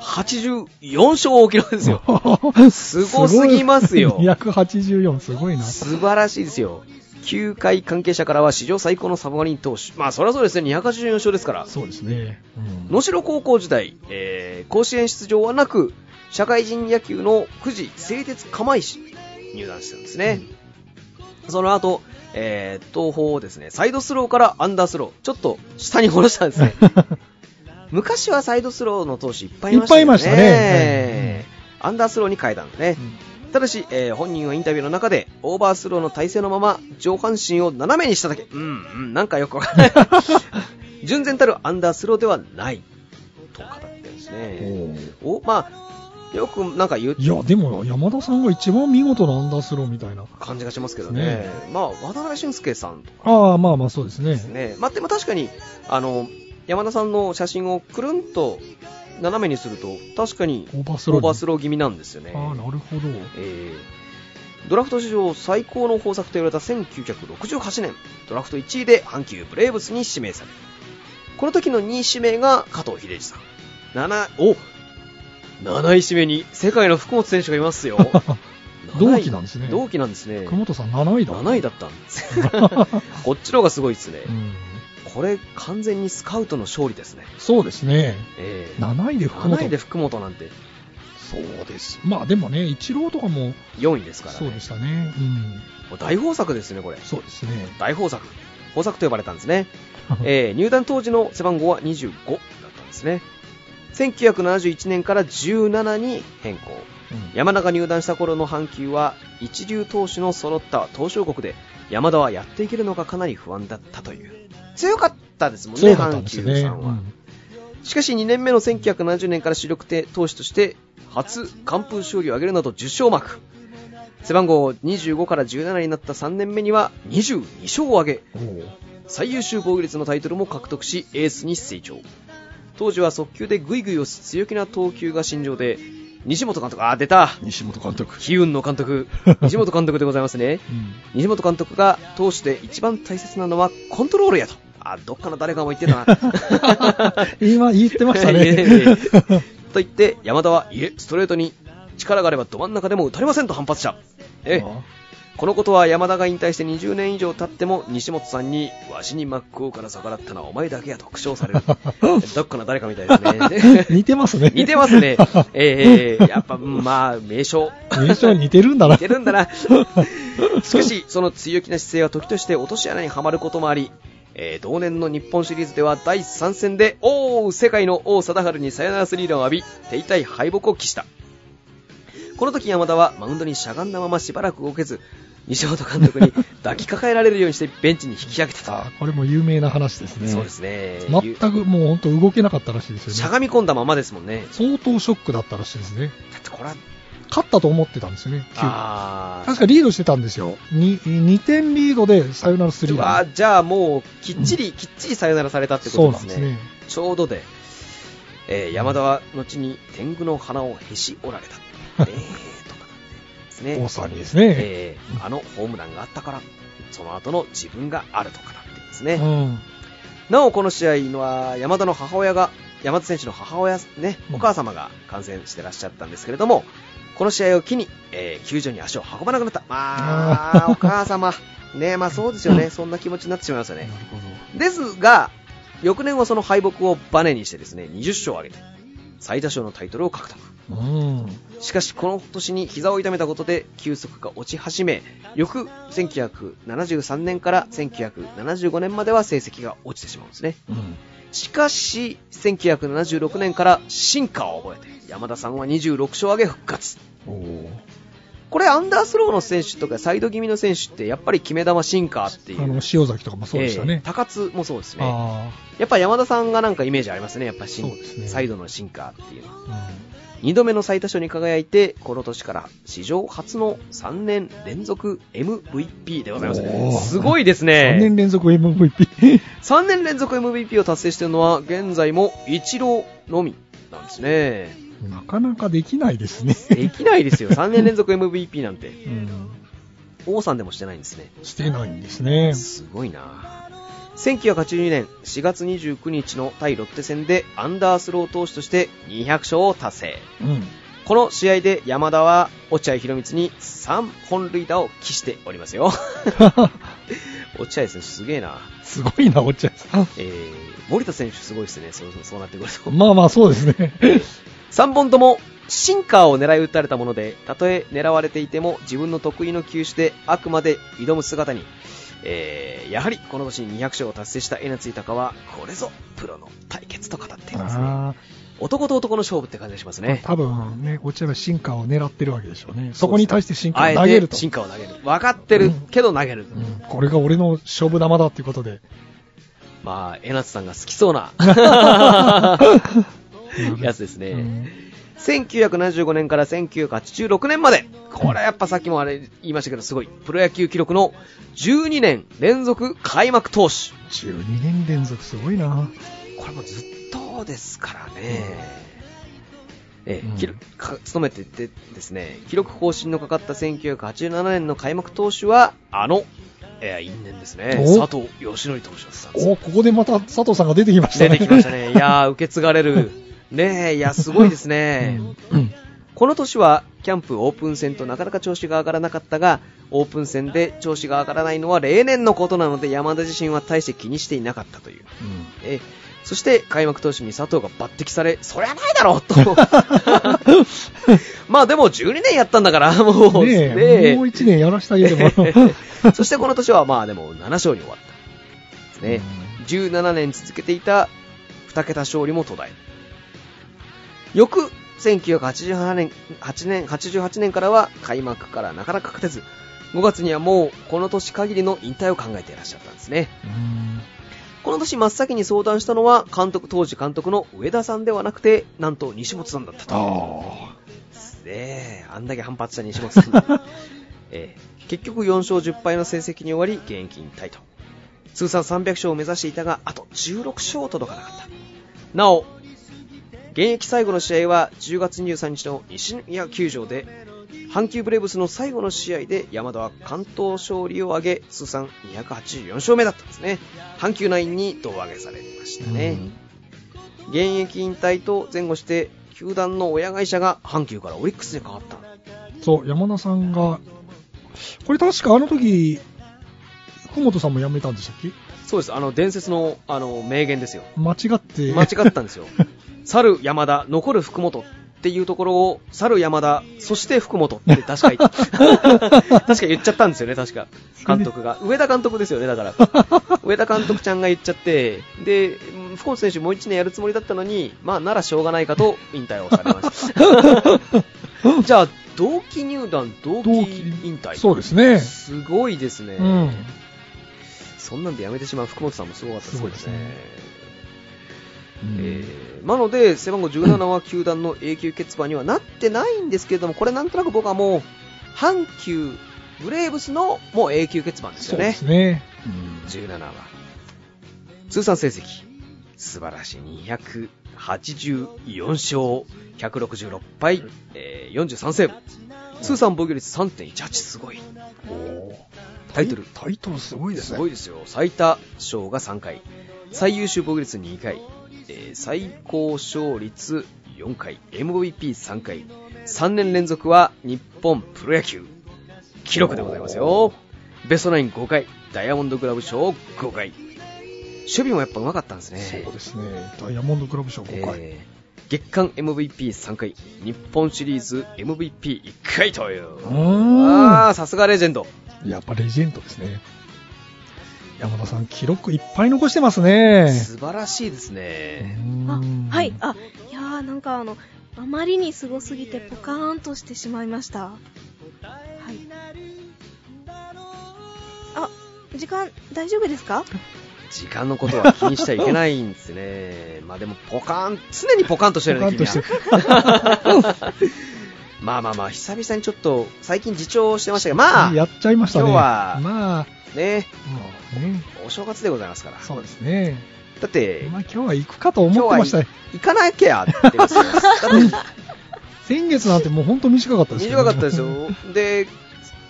284勝を記録で すよ。 すごすぎますよ
284、すごいな。
素晴らしいですよ。球界関係者からは史上最高のサブマリン投手。まあ、そりゃそうですね。284勝ですから。
そうですね。うん
能代高校時代、えー甲子園出場はなく、社会人野球の富士製鉄釜石に入団してるんですね。その後、えー東邦をですね、サイドスローからアンダースロー、ちょっと下に下ろしたんですね。昔はサイドスローの投手いっぱいいました
いっぱ
よね。
いいましたね
アンダースローに変えたんだね。ただし、えー本人はインタビューの中で、オーバースローの体勢のまま、上半身を斜めにしただけ。うん、うん、なんかよくわかん ない。純然たるアンダースローではない。と語ってるんですね。お、まあ、よくなんか言う
いや、でも山田さんが一番見事なアンダースローみたいな。
感じがしますけど
ね
ね。まあ、渡辺俊介さんとか
ああ、まあまあそうですね。
ですね。まあ、でも確かに、あの、山田さんの写真をくるんと斜めにすると、確かに
オーバース
オ
ローに。
ーバースロー気味なんですよね。
ああ、なるほど。
えードラフト史上最高の豊作と言われた1968年、ドラフト1位で阪急ブレーブスに指名される。この時の2位指名が加藤秀治さん。7、お !7 位指名に世界の福本選手がいますよ。
同期なんですね
同期なんですね。
久本さん7位だ。
7位
だ。
だったんです。 こっちの方がすごいですね。
うん。
これ完全にスカウトの勝利ですね。
そうですね。
えー
7位で福本。
7位で福本なんて
そうです。まあでもね、一郎とかも
4位ですから、
そう
ね
で。したね。うん。
もう大豊作ですね、これ。
そうですね。
大豊作。豊作と呼ばれたんですね。えー入団当時の背番号は25だったんですね。1971年から17に変更。
うん
山田が入団した頃の阪急は一流投手の揃った投手王国で山田はやっていけるのがかなり不安だったという。強かったですもん
そ
ね、
うだったん
阪
です
急
ね。
さんは。しかし2年目の1970年から主力手投手として初完封勝利を挙げるなど10勝幕背番号25から17になった3年目には22勝を挙げ
うんおう
最優秀防御率のタイトルも獲得しエースに成長当時は速球でグイグイ押す強気な投球が身上で西本監督あ出た
西本監督。
悲運の監督西本監督でございますね
うん
西本監督が投手で一番大切なのはコントロールやとあどっかの誰かも言ってたな
今言ってました
いえいえい え
ね。
と言って山田はいえストレートに力があればど真ん中でも打たれませんと反発したええこのことは山田が引退して20年以上経っても西本さんにわしに真っ向から逆らったのはお前だけやと苦笑され るどっかの誰かみたいですね
似てますね。
似てます ねえー、やっぱうんまあ名称
名称似てるんだな。
似てるん だなしかしその強気な姿勢は時として落とし穴にはまることもあり、えー同年の日本シリーズでは第3戦でおー世界の王貞治にサヨナラスリーランを浴び手痛い敗北を喫したこの時山田はマウンドにしゃがんだまましばらく動けず西本監 督に抱きかかえられるようにしてベンチに引き上げたと、
あこれも有名な話ですね。
そうですね
全くもう本当動けなかったらしいですよね。
しゃがみ込んだままですもんね
相当ショックだったらしいですね。
だってこれは
勝ったと思ってたんですよね、9
あー
確かリードしてたんですよ。に2点リードでサヨナラスリー
うわ
ラン。
ーじゃあもうきっちり、きっちりさよならされたってこ
そう
とで
なん
す
で
ね
すね。
ちょうどで、えー山田は後に天狗の鼻をへし折られたえーとかですね
大騒ぎですね。
えーあのホームランがあったからその後の自分があると語っていますね、
うん。
なおこの試合は山田の母親が山田選手の母親ね
うん
お母様が感染してらっしゃったんですけれども、この試合を機に、えー球場に足を運ばなくなったまあ
あー
お母様ねまあそうですよねそんな気持ちになってしまいますよ
な
ね
るほど。
ですが、翌年はその敗北をバネにしてですね、20勝を挙げて、最多勝のタイトルを獲得。
うん。
しかし、この年に膝を痛めたことで、球速が落ち始め、翌1973年から1975年までは成績が落ちてしまうんですね。
うん。
しかし、1976年から進化を覚えて、山田さんは26勝を挙げ復活。
おー
これ、アンダースローの選手とか、サイド気味の選手って、やっぱり決め球進化っていう。
あの、塩崎とかもそうでした
ええ
ね。
高津もそうですね。
あ
やっぱ山田さんがなんかイメージありますね、やっぱし
そうですね
サイドのシンカーっていうのは。
あ。
2度目の最多勝に輝いて、この年から史上初の3年連続 MVP でございます
おー。
すごいです
3年
ね。
連続 MVP。
3年連続 MVP を達成しているのは、現在も一郎のみなんですね。
なかなかできないですね。
できないですよ、3年連続 MVP なんて。
うん。
王さんでもしてないんですね。
してないんですね。
すごいな1982年4月29日の対ロッテ戦でアンダースロー投手として200勝を達成。
うん。
この試合で山田は落合博満に3本塁打を喫しておりますよ。落合選手すげえな。
すごいな、落合さん。
えー、森田選手すごいですね。そうそうそうなってくると。
まあまあ、そうですね。
3本ともシンカーを狙い撃たれたもので、たとえ狙われていても自分の得意の球種であくまで挑む姿に、えー、やはりこの年に200勝を達成した江夏豊は、これぞプロの対決と語っていますね。
あ
男と男の勝負って感じがしますね
あ、。多分ね、落合は進化を狙ってるわけでしょうね。そこに対して進化
あ
を投げ
え
る
て
と。
シンカーを投げる。分かってるけど投げる。
うん、これが俺の勝負玉だっていうことで。
まあ、江夏さんが好きそ うなやつですね。
うん
1975年から1986年まで、これやっぱさっきもあれ言いましたけど、すごい、プロ野球記録の12年連続開幕投手。
12年連続すごいな。
これもずっとですからね。ええ
うん
記録か勤めててですね、記録更新のかかった1987年の開幕投手は、あの、ええ因縁ですね、
お
佐藤義則投手だったんです
おここでまた佐藤さんが出てきました
出
ね。
てきまし たね。いやー、受け継がれる。ねえ、いや、すごいですね。
うん
この年は、キャンプオープン戦となかなか調子が上がらなかったが、オープン戦で調子が上がらないのは例年のことなので、山田自身は大して気にしていなかったという。えーそして、開幕投手に佐藤が抜擢され、そりゃないだろうと。 まあでも、12年やったんだから、もう。
ね
ね
え、
え
もう1年やらせてあげれば。
そしてこの年は、まあでも、7勝に終わった。ですね。17年続けていた2桁勝利も途絶え翌1988年 ,8 年88年からは開幕からなかなか勝てず5月にはもうこの年限りの引退を考えていらっしゃったんですね
うん
この年真っ先に相談したのは監督当時監督の上田さんではなくてなんと西本さんだったと
あ
ねえ、あんだけ反発した西本さん、ええ結局4勝10敗の成績に終わり現役引退と通算300勝を目指していたがあと16勝届かなかったなお現役最後の試合は10月23日の西宮球場で阪急ブレーブスの最後の試合で山田は関東勝利を挙げ通算284勝目だったんですね阪急ナインに胴上げされました
あ。
ね、現役引退と前後して球団の親会社が阪急からオリックスに変わった
そう、山田さんがこれ確かあの時、福本さんも辞めたんでしたっけ
そうです。あの、伝説の、あの、名言ですよ。
間違って。
間違ったんですよ。猿山田、残る福本っていうところを、猿山田、そして福本って確か言っ 確か言っちゃったんですよね、確か。監督が。上田監督ですよね、だから。上田監督ちゃんが言っちゃって、で、うん福本選手もう1年やるつもりだったのに、まあ、ならしょうがないかと引退をされま した。じゃあ、同期入団、同期
同期
引退。
そうですね。
すごいですね。
うん。
そんなんでやめてしまう福本さんもすごかったですけ
すごい
ど
ですね
ねえーまあので背番号17は球団の永久欠番にはなってないんですけれども、これなんとなく僕はもう阪急ブレーブスのもう永久欠番です
そ
よ
うで
ね
すね。
17は通算成績素晴らしい284勝166敗、えー43セーブ通算防御率3.18すごいタイトル
タイトルすごいです
す
ね。
ごいですよ。最多勝が3回、最優秀防御率2回、えー最高勝率4回、MVP3 回、3年連続は日本プロ野球記録でございますよ。ベストナイン5回、ダイヤモンドグラブ賞5回。守備もやっぱ上手かったんですね。
そうですね。ダイヤモンドクラブ賞5回。
えー月間 MVP3 回、日本シリーズ MVP1 回という。
うー
ああ、さすがレジェンド。
ん。やっぱレジェンドですね。山田さん、記録いっぱい残してますね。
素晴らしいですね。
あ
うーん、
はい。あ、いやー、なんかあの、あまりにすごすぎてポカーンとしてしまいました。はい。あ、時間大丈夫ですか
時間のことは気にしちゃいけないんです ね。まあでも、ポカーン、常にポカーンとしてる
ポカ
ね、
ンとし
君
て
は。 まあまあまあ、久々にちょっと、最近自重してましたけど、ま あ、
やっちゃいましたね。
今日は
まあ、
ね、
もうね、
お正月でございますから。
そうですね。
だって、
まあ今日は行くかと思ってましたね。
行かなきゃってますよ。だっ
先月なんてもう本当短かった
て、
です。
短かったですよで、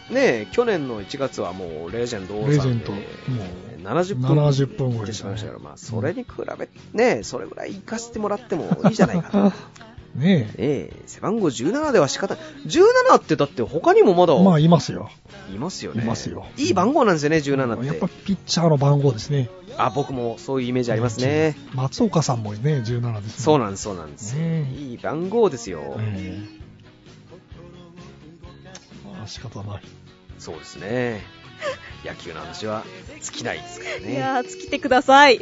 ね、去年の1月はもうレジェンド王
レ
さ
ジェ
ん
ン
で
ドもう
70分
70分超え
で
で
し
し
ま
たね
いましたから、まあ、それに比べ、ね、それぐらい行かせてもらってもいいじゃないかと。
ね
ええ、背番号17では仕方ない。17ってだって他にもまだ
え。まあ、いますよ。
いますよね。
いますよ
いい番号なんですよね、
やっ
17
ぱ
って。
ピッチャーの番号ですね。
あ、僕もそういうイメージありますね。。
松岡さんもね、17ですね。
そう
な
なんです、そうなんです。
ね
いい番号ですよ。
ええまあ、仕方ない。
そうですね。野球の話は尽きないですから
い
ね。
やー、尽きてください。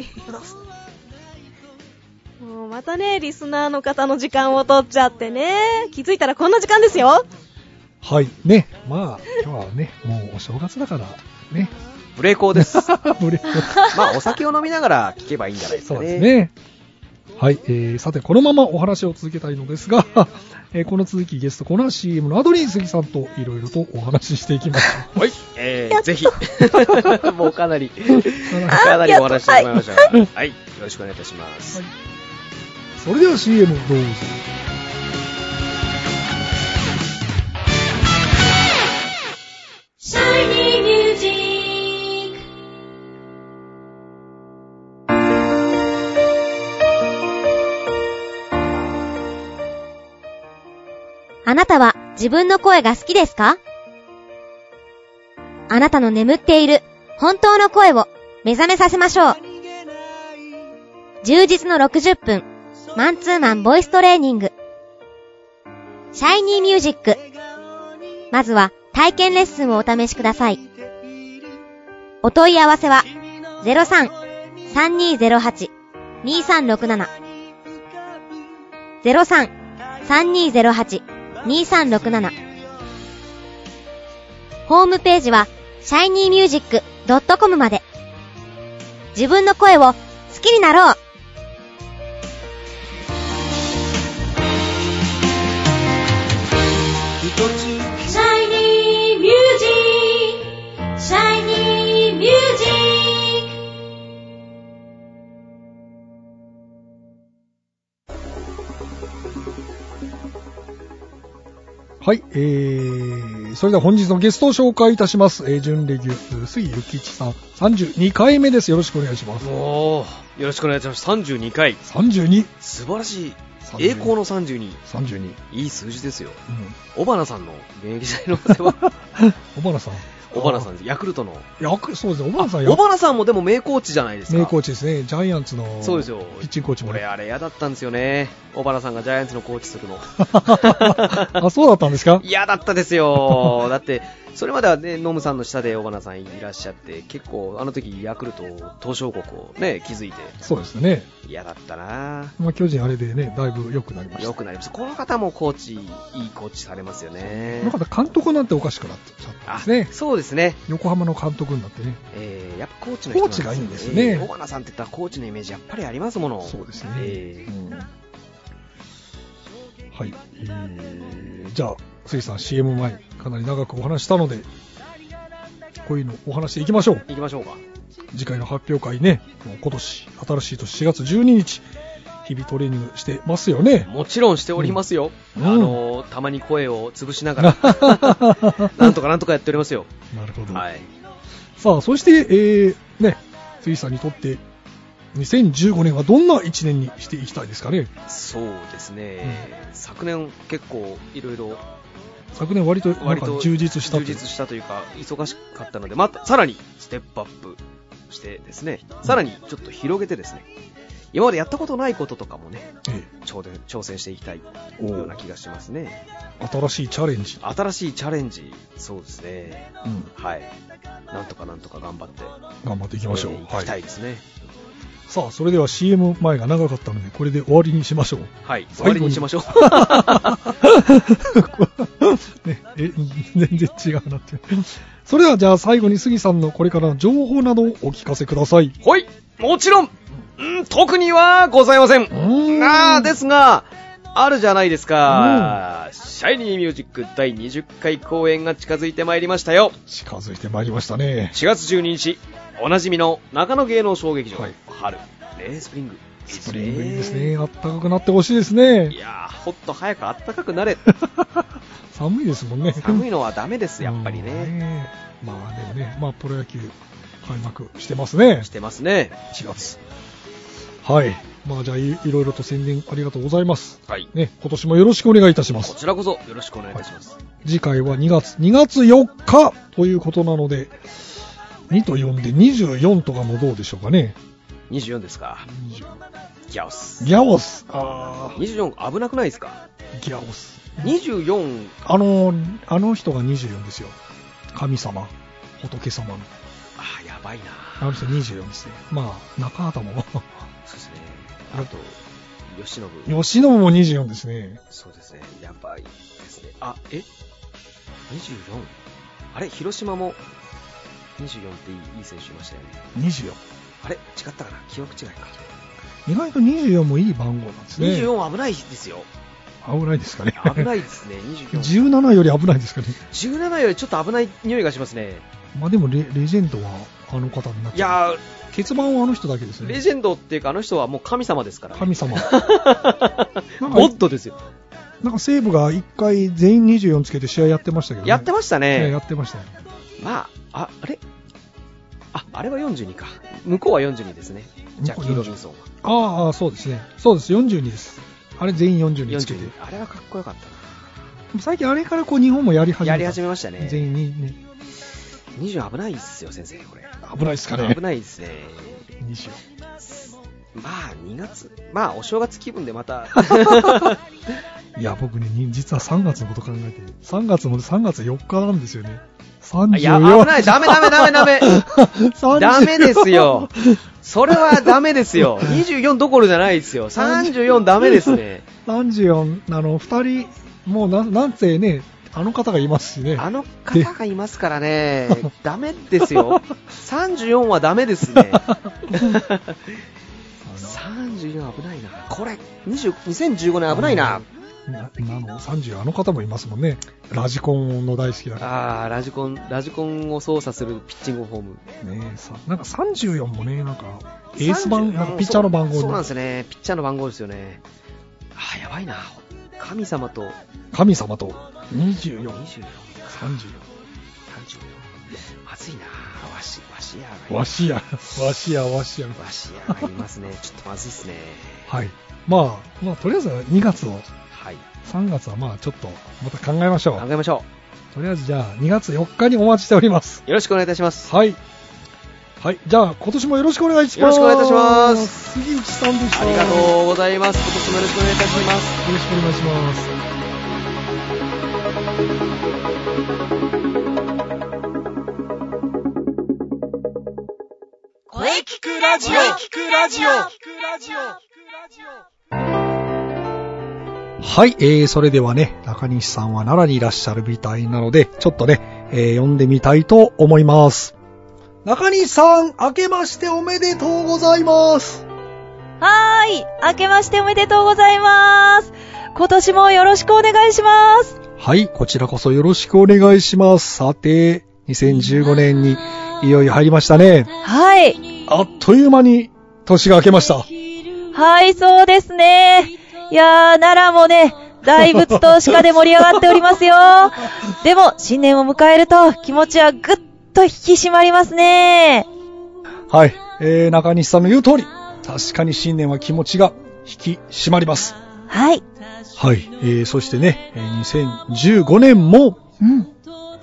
もうまたね、リスナーの方の時間を取っちゃってね。気づいたらこんな時間ですよ。
はい。ね。まあ、今日はね、 もうお正月だから、ね。
ブレーコーです。
ブレイク
まあ、お酒を飲みながら聞けばいいんじゃないです
そ
か
うです
ね。
ね。はい、えー、さて、このままお話を続けたいのですが、 えーこの続きゲストコーナー CM の後に杉さんといろいろとお話ししていきましょ
はい。えー、ぜひ。 もうか なり、かなりお話ししてしまいましたが。はい。よろしくお願いいたします。
う。それでは CM どうぞ。
あなたは自分の声が好きですかあなたの眠っている本当の声を目覚めさせましょう。充実の60分、マンツーマンボイストレーニング。シャイニーミュージック。まずは体験レッスンをお試しください。お問い合わせは03-3208-2367 03-3208-2367 3208-2367ホームページは shinymusic.com まで自分の声を好きになろう
はい、えー、それでは本日のゲストを紹介いたします。えー、準レギュ、杉ゆきちさん、32回目です。よろしくお願いします。
もうよろしくお願いします。32回。
32、
素晴らしい。栄光の32
32、うん、
いい数字ですよ小花さんの現役時代のお 世話
小原さん
小花さんですヤクルトの
やくそうですね小原さん
小花さんもでも名コーチじゃないですか
名コーチですねジャイアンツの
そうですよ
ピッチングコーチも
俺
ね
あれ嫌だったんですよね小原さんがジャイアンツのコーチする の
あそうだったんですか
嫌だったですよだってそれまではねノムさんの下で小花さんいらっしゃって結構あの時ヤクルト東証国をね築いて
そうですね、
嫌だったな
まあ、巨人あれでねだいぶ良くなりました
良くなりますこの方もコーチいいコーチされますよね
なんか監督なんておかしくなっちゃったんですね
そうですね
横浜の監督になってね
えーやっぱコーチの人なん
コーチがいいんですね
えー小花さんって言ったらコーチのイメージやっぱりありますもの。
そうですね、
えー
うんはい、えーじゃあ杉さん CM 前かなり長くお話ししたのでこういうのお話していきましょう
行きましょうか。
次回の発表会ねもう今年新しい年4月12日日々トレーニングしてますよね
もちろんしておりますよ。
うん
あのーたまに声を潰 しながら、なんとかなんとかやっておりますよ。
なるほど、
はい。
さあそして、えーね杉さんにとって2015年はどんな1年にしていきたいですかね
そうですね。昨年結構いろいろ
昨年割となん
割
か
と
充実したと
充
いう
実したというか忙しかったのでまたさらにステップアップしてですねさらにちょっと広げてですね今までやったことないこととかもね
え
挑戦挑戦していきたいような気がしますね
え新しいチャレンジ、
新しいチャレンジそうですね
うん、
はいなんとかなんとか頑張って
頑張っていきましょう、
えー行きたいですね
さあそれでは CM 前が長かったのでこれで終わりにしましょう
はい、終わりにしましょう
ねえ全然違うなってそれではじゃあ最後に杉さんのこれからの情報などをお聞かせください
ほいもちろんうん特にはございません
ん
あーですが、あるじゃないですか、シャイニーミュージック第20回公演が近づいてまいりましたよ。
近づいてまいりましたね
4月12日、おなじみの中野芸能小劇場、
はい
春、レースプリング。
スプリングいいですねあったかくなってほしいですね
いやー、ほっと早く暖かく なれ。
寒いですもんね
寒いのはダメです、やっぱり
うん
ね。
まあでもねまあプロ野球開幕してますね
してますね。
4月はいまあじゃあいいろいろと宣伝ありがとうございます
はい。
ね今年もよろしくお願いいたしま
こ
す
ちらこそよろしくお願いいたします。
次回は2月、2月4日ということなので、2と4で24とかもどうでしょうかね。
24ですか。ギャオス。
ギャオス。あ
24危なくないですか
ーギャオス。
?24、
あの、あの人が24ですよ。神様、仏様の。
あー、やばいな
あの人24ですね。まあ、中畑も。
そうですね。あと、吉野部。
吉野も24ですね。
そうですね、やばいですね。あ、え ?24? あれ広島も24っていいいい選手いましたよね。
24。
あれ違ったかな記憶違いか。
意外と24もいい番号なんですね。
24危ないで すよ。
危ないですかね。
危 ないですね、24。
17より危ないですかね。
17よりちょっと危ない匂いがしますね。
まあでもレ、レジェンドはあの方になっ
い
ちゃう。
や
結番はあの人だけです
ー、
ね。
レジェンドっていうか、あの人はもう神様ですから、ね。
神様。 なん
ゴ
か
ッドですよ。
なんか西武が1回全員24つけて試合やってましたけど、ね、
やってました
ねや
ね。
ってましたよ
まあ、あ、あれあ、あれは42か。向こうは42ですね。ジャッキー・ロビンソンは。
ああそうですねそうです42ですあれ全員42つけて
42。あれはかっこよかったな。
最近あれからこう日本もやり始めた
やり始めましたね。
全員にね
20危ないっすよ、先生、これ。
危ないですか
危ないですね。
20
まあ、2月。まあ、お正月気分で また。
いや僕ねに実は3月のこと考えてる3月も3月4日なんですよね34
いや、危ない。ダメダメダメ ダメ。
34
ダメですよ。それはダメですよ。24どころじゃないですよ。34ダメですね。
34あの2人もうななんてねあの方がいますしね
あの方がいますか らね。ダメですよ。34はダメですね。34危ないな。これ、20 2015年危ないな。
ななの30あの方もいますもんねラジコンの大好きだか
あー、ラジコン、ラジコンを操作するピッチングフォーム。
らねさなんか34もねなんかエース番なんかピッチャーの番号
そうそうなん
に
ですねピッチャーの番号ですよねあーやばいな神様と
神様と2434
2434まずいなわし、わしやがい
わしや、わしや、わ しや。
わしやがいますね。ちょっとまずいっすね。
はい。まあ、まあ、とりあえず2月を、
はい。
3月はまあ、ちょっと、また考えましょ
考
う。
えましょ
とりあえずじゃあ、2月4日にお待ちしております。
う。よろしくお願いいたします。
はい。はい。じゃあ、今年もよろしくお願いします。
よろしくお願いいたします。
杉内さんでした。
ありがとうございます。今年もよろしくお願いいたします。
よろしくお願いします。
声聞くラジオ聞くラジオ
はい、えー、それではね、中西さんは奈良にいらっしゃるみたいなので、ちょっとね、えー、読んでみたいと思います。中西さん、明けましておめでとうございます。
はーい。明けましておめでとうございます。今年もよろしくお願いします。
はい、こちらこそよろしくお願いします。さて、2015年にいよいよ入りましたね。
はい。
あっという間に年が明けました。
はい、そうですね。いやー、奈良もね、大仏と鹿で盛り上がっておりますよ。でも、新年を迎えると気持ちはぐっと引き締まりますね。
はい、えー、中西さんの言う通り、確かに新年は気持ちが引き締まります。
はい。
はい、えー、そしてね、えー2015年も
うん。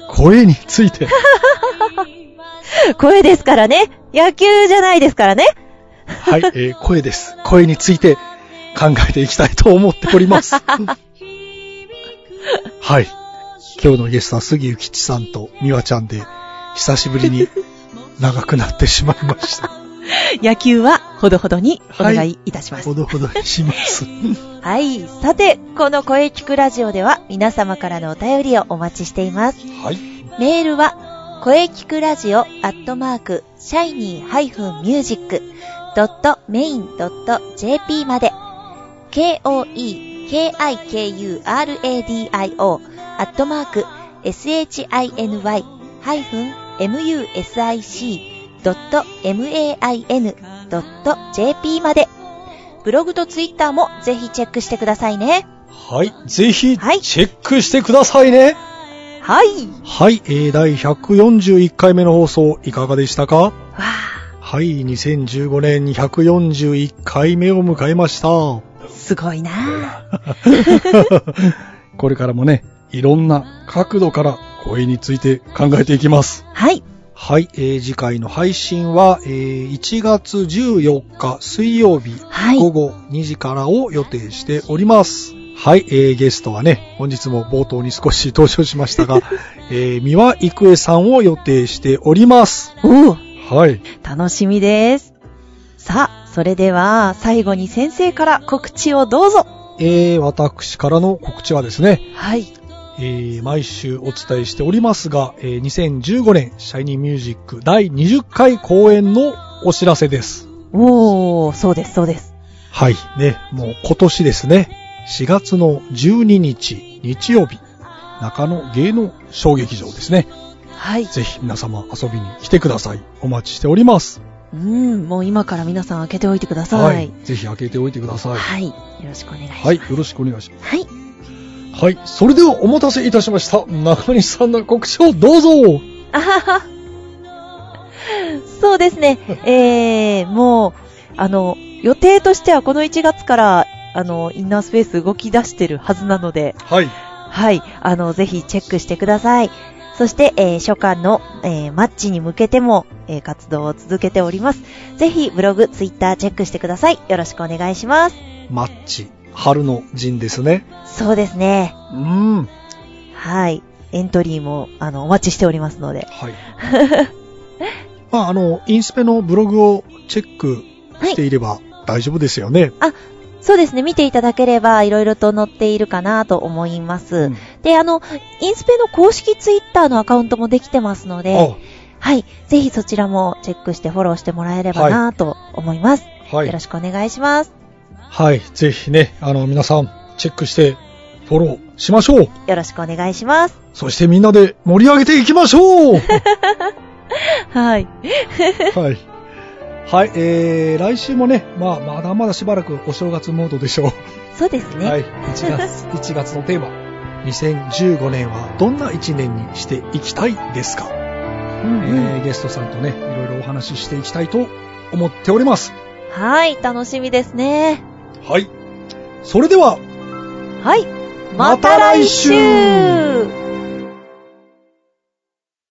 声について、
声ですからね。野球じゃないですからね。
はい、えー声です。声について考えていきたいと思っております。はい。今日のゲストは杉ゆきちさんとみわちゃんで、久しぶりに長くなってしまいました。
野球はほどほどにお願いいたします。
ほどほどにします。
はい。さて、この声聞くラジオでは皆様からのお便りをお待ちしています。
はい。
メールは、声聞くラジオアットマーク、シャイニー -music.main.jp まで、k-o-e-k-i-k-u-r-a-d-i-o アットマーク、shiny-music.main.jp まで、ブログとツイッターもぜひチェックしてくださいね。
はい。ぜひ、チ
はい
ェックしてくださいね。
はい。
はい。えー、第141回目の放送、いかがでしたか
わあ、
はい。2015年141回目を迎えました。
すごいなぁ。
これからもね、いろんな角度から声について考えていきます。
はい。
はい、えー次回の配信は、えー1月14日水曜日
はい
午後2時からを予定しております。はい、えーゲストはね、本日も冒頭に少し登場しま したが、えー、三輪郁恵さんを予定しております。
おう
はい。
楽しみです。さあ、それでは最後に先生から告知をどうぞ。
えー私からの告知はですね、
はい。
えー毎週お伝えしておりますが、えー2015年シャイニーミュージック第20回公演のお知らせです。
おー、そうです、そうです。
はい。ね、もう今年ですね、4月の12日日曜日、中野芸能小劇場ですね。
はい。
ぜひ皆様遊びに来てください。お待ちしております。
うん、もう今から皆さん開けておいてください。
ぜひ開けておいてください。
はい。よろしくお願いします。
はい、よろしくお願いします。
はい。
はい、それではお待たせいたしました。中西さんの告知をどうぞ
あはは。そうですね。えー、もう、あの、予定としてはこの1月から、あの、インナースペース動き出してるはずなので、
はい。
はい、あの、ぜひチェックしてください。そして、えー初夏の、えーマッチに向けても、えー活動を続けております。ぜひ、ブログ、ツイッターチェックしてください。よろしくお願いします。
マッチ、春の陣ですね。
そうですね。
うん。は
はい。エントリーも、あの、お待ちしておりますので。
い。まあ、あの、インスペのブログをチェックしていれば大丈夫ですよね。
そうですね。見ていただければ、いろいろと載っているかなと思います。
うん
で、あの、インスペの公式ツイッターのアカウントもできてますので、
あ
はい。ぜひそちらもチェックしてフォローしてもらえればなと思います、
は
よろ
い。
しくお願いします。
はい。ぜひね、あの、皆さん、チェックして、フォローしましょう。
よろしくお願いします。
そしてみんなで盛り上げていきましょう
はい。
はい。はい、えー、来週もね、まあ、まだまだしばらくお正月モードでしょう。
そうですね。
はい、1月、1月のテーマ、2015年はどんな1年にしていきたいですか
は
えーゲストさんとね、いろいろお話ししていきたいと思っております。
はい、楽しみですね。
はい。それでは、
はい、また来週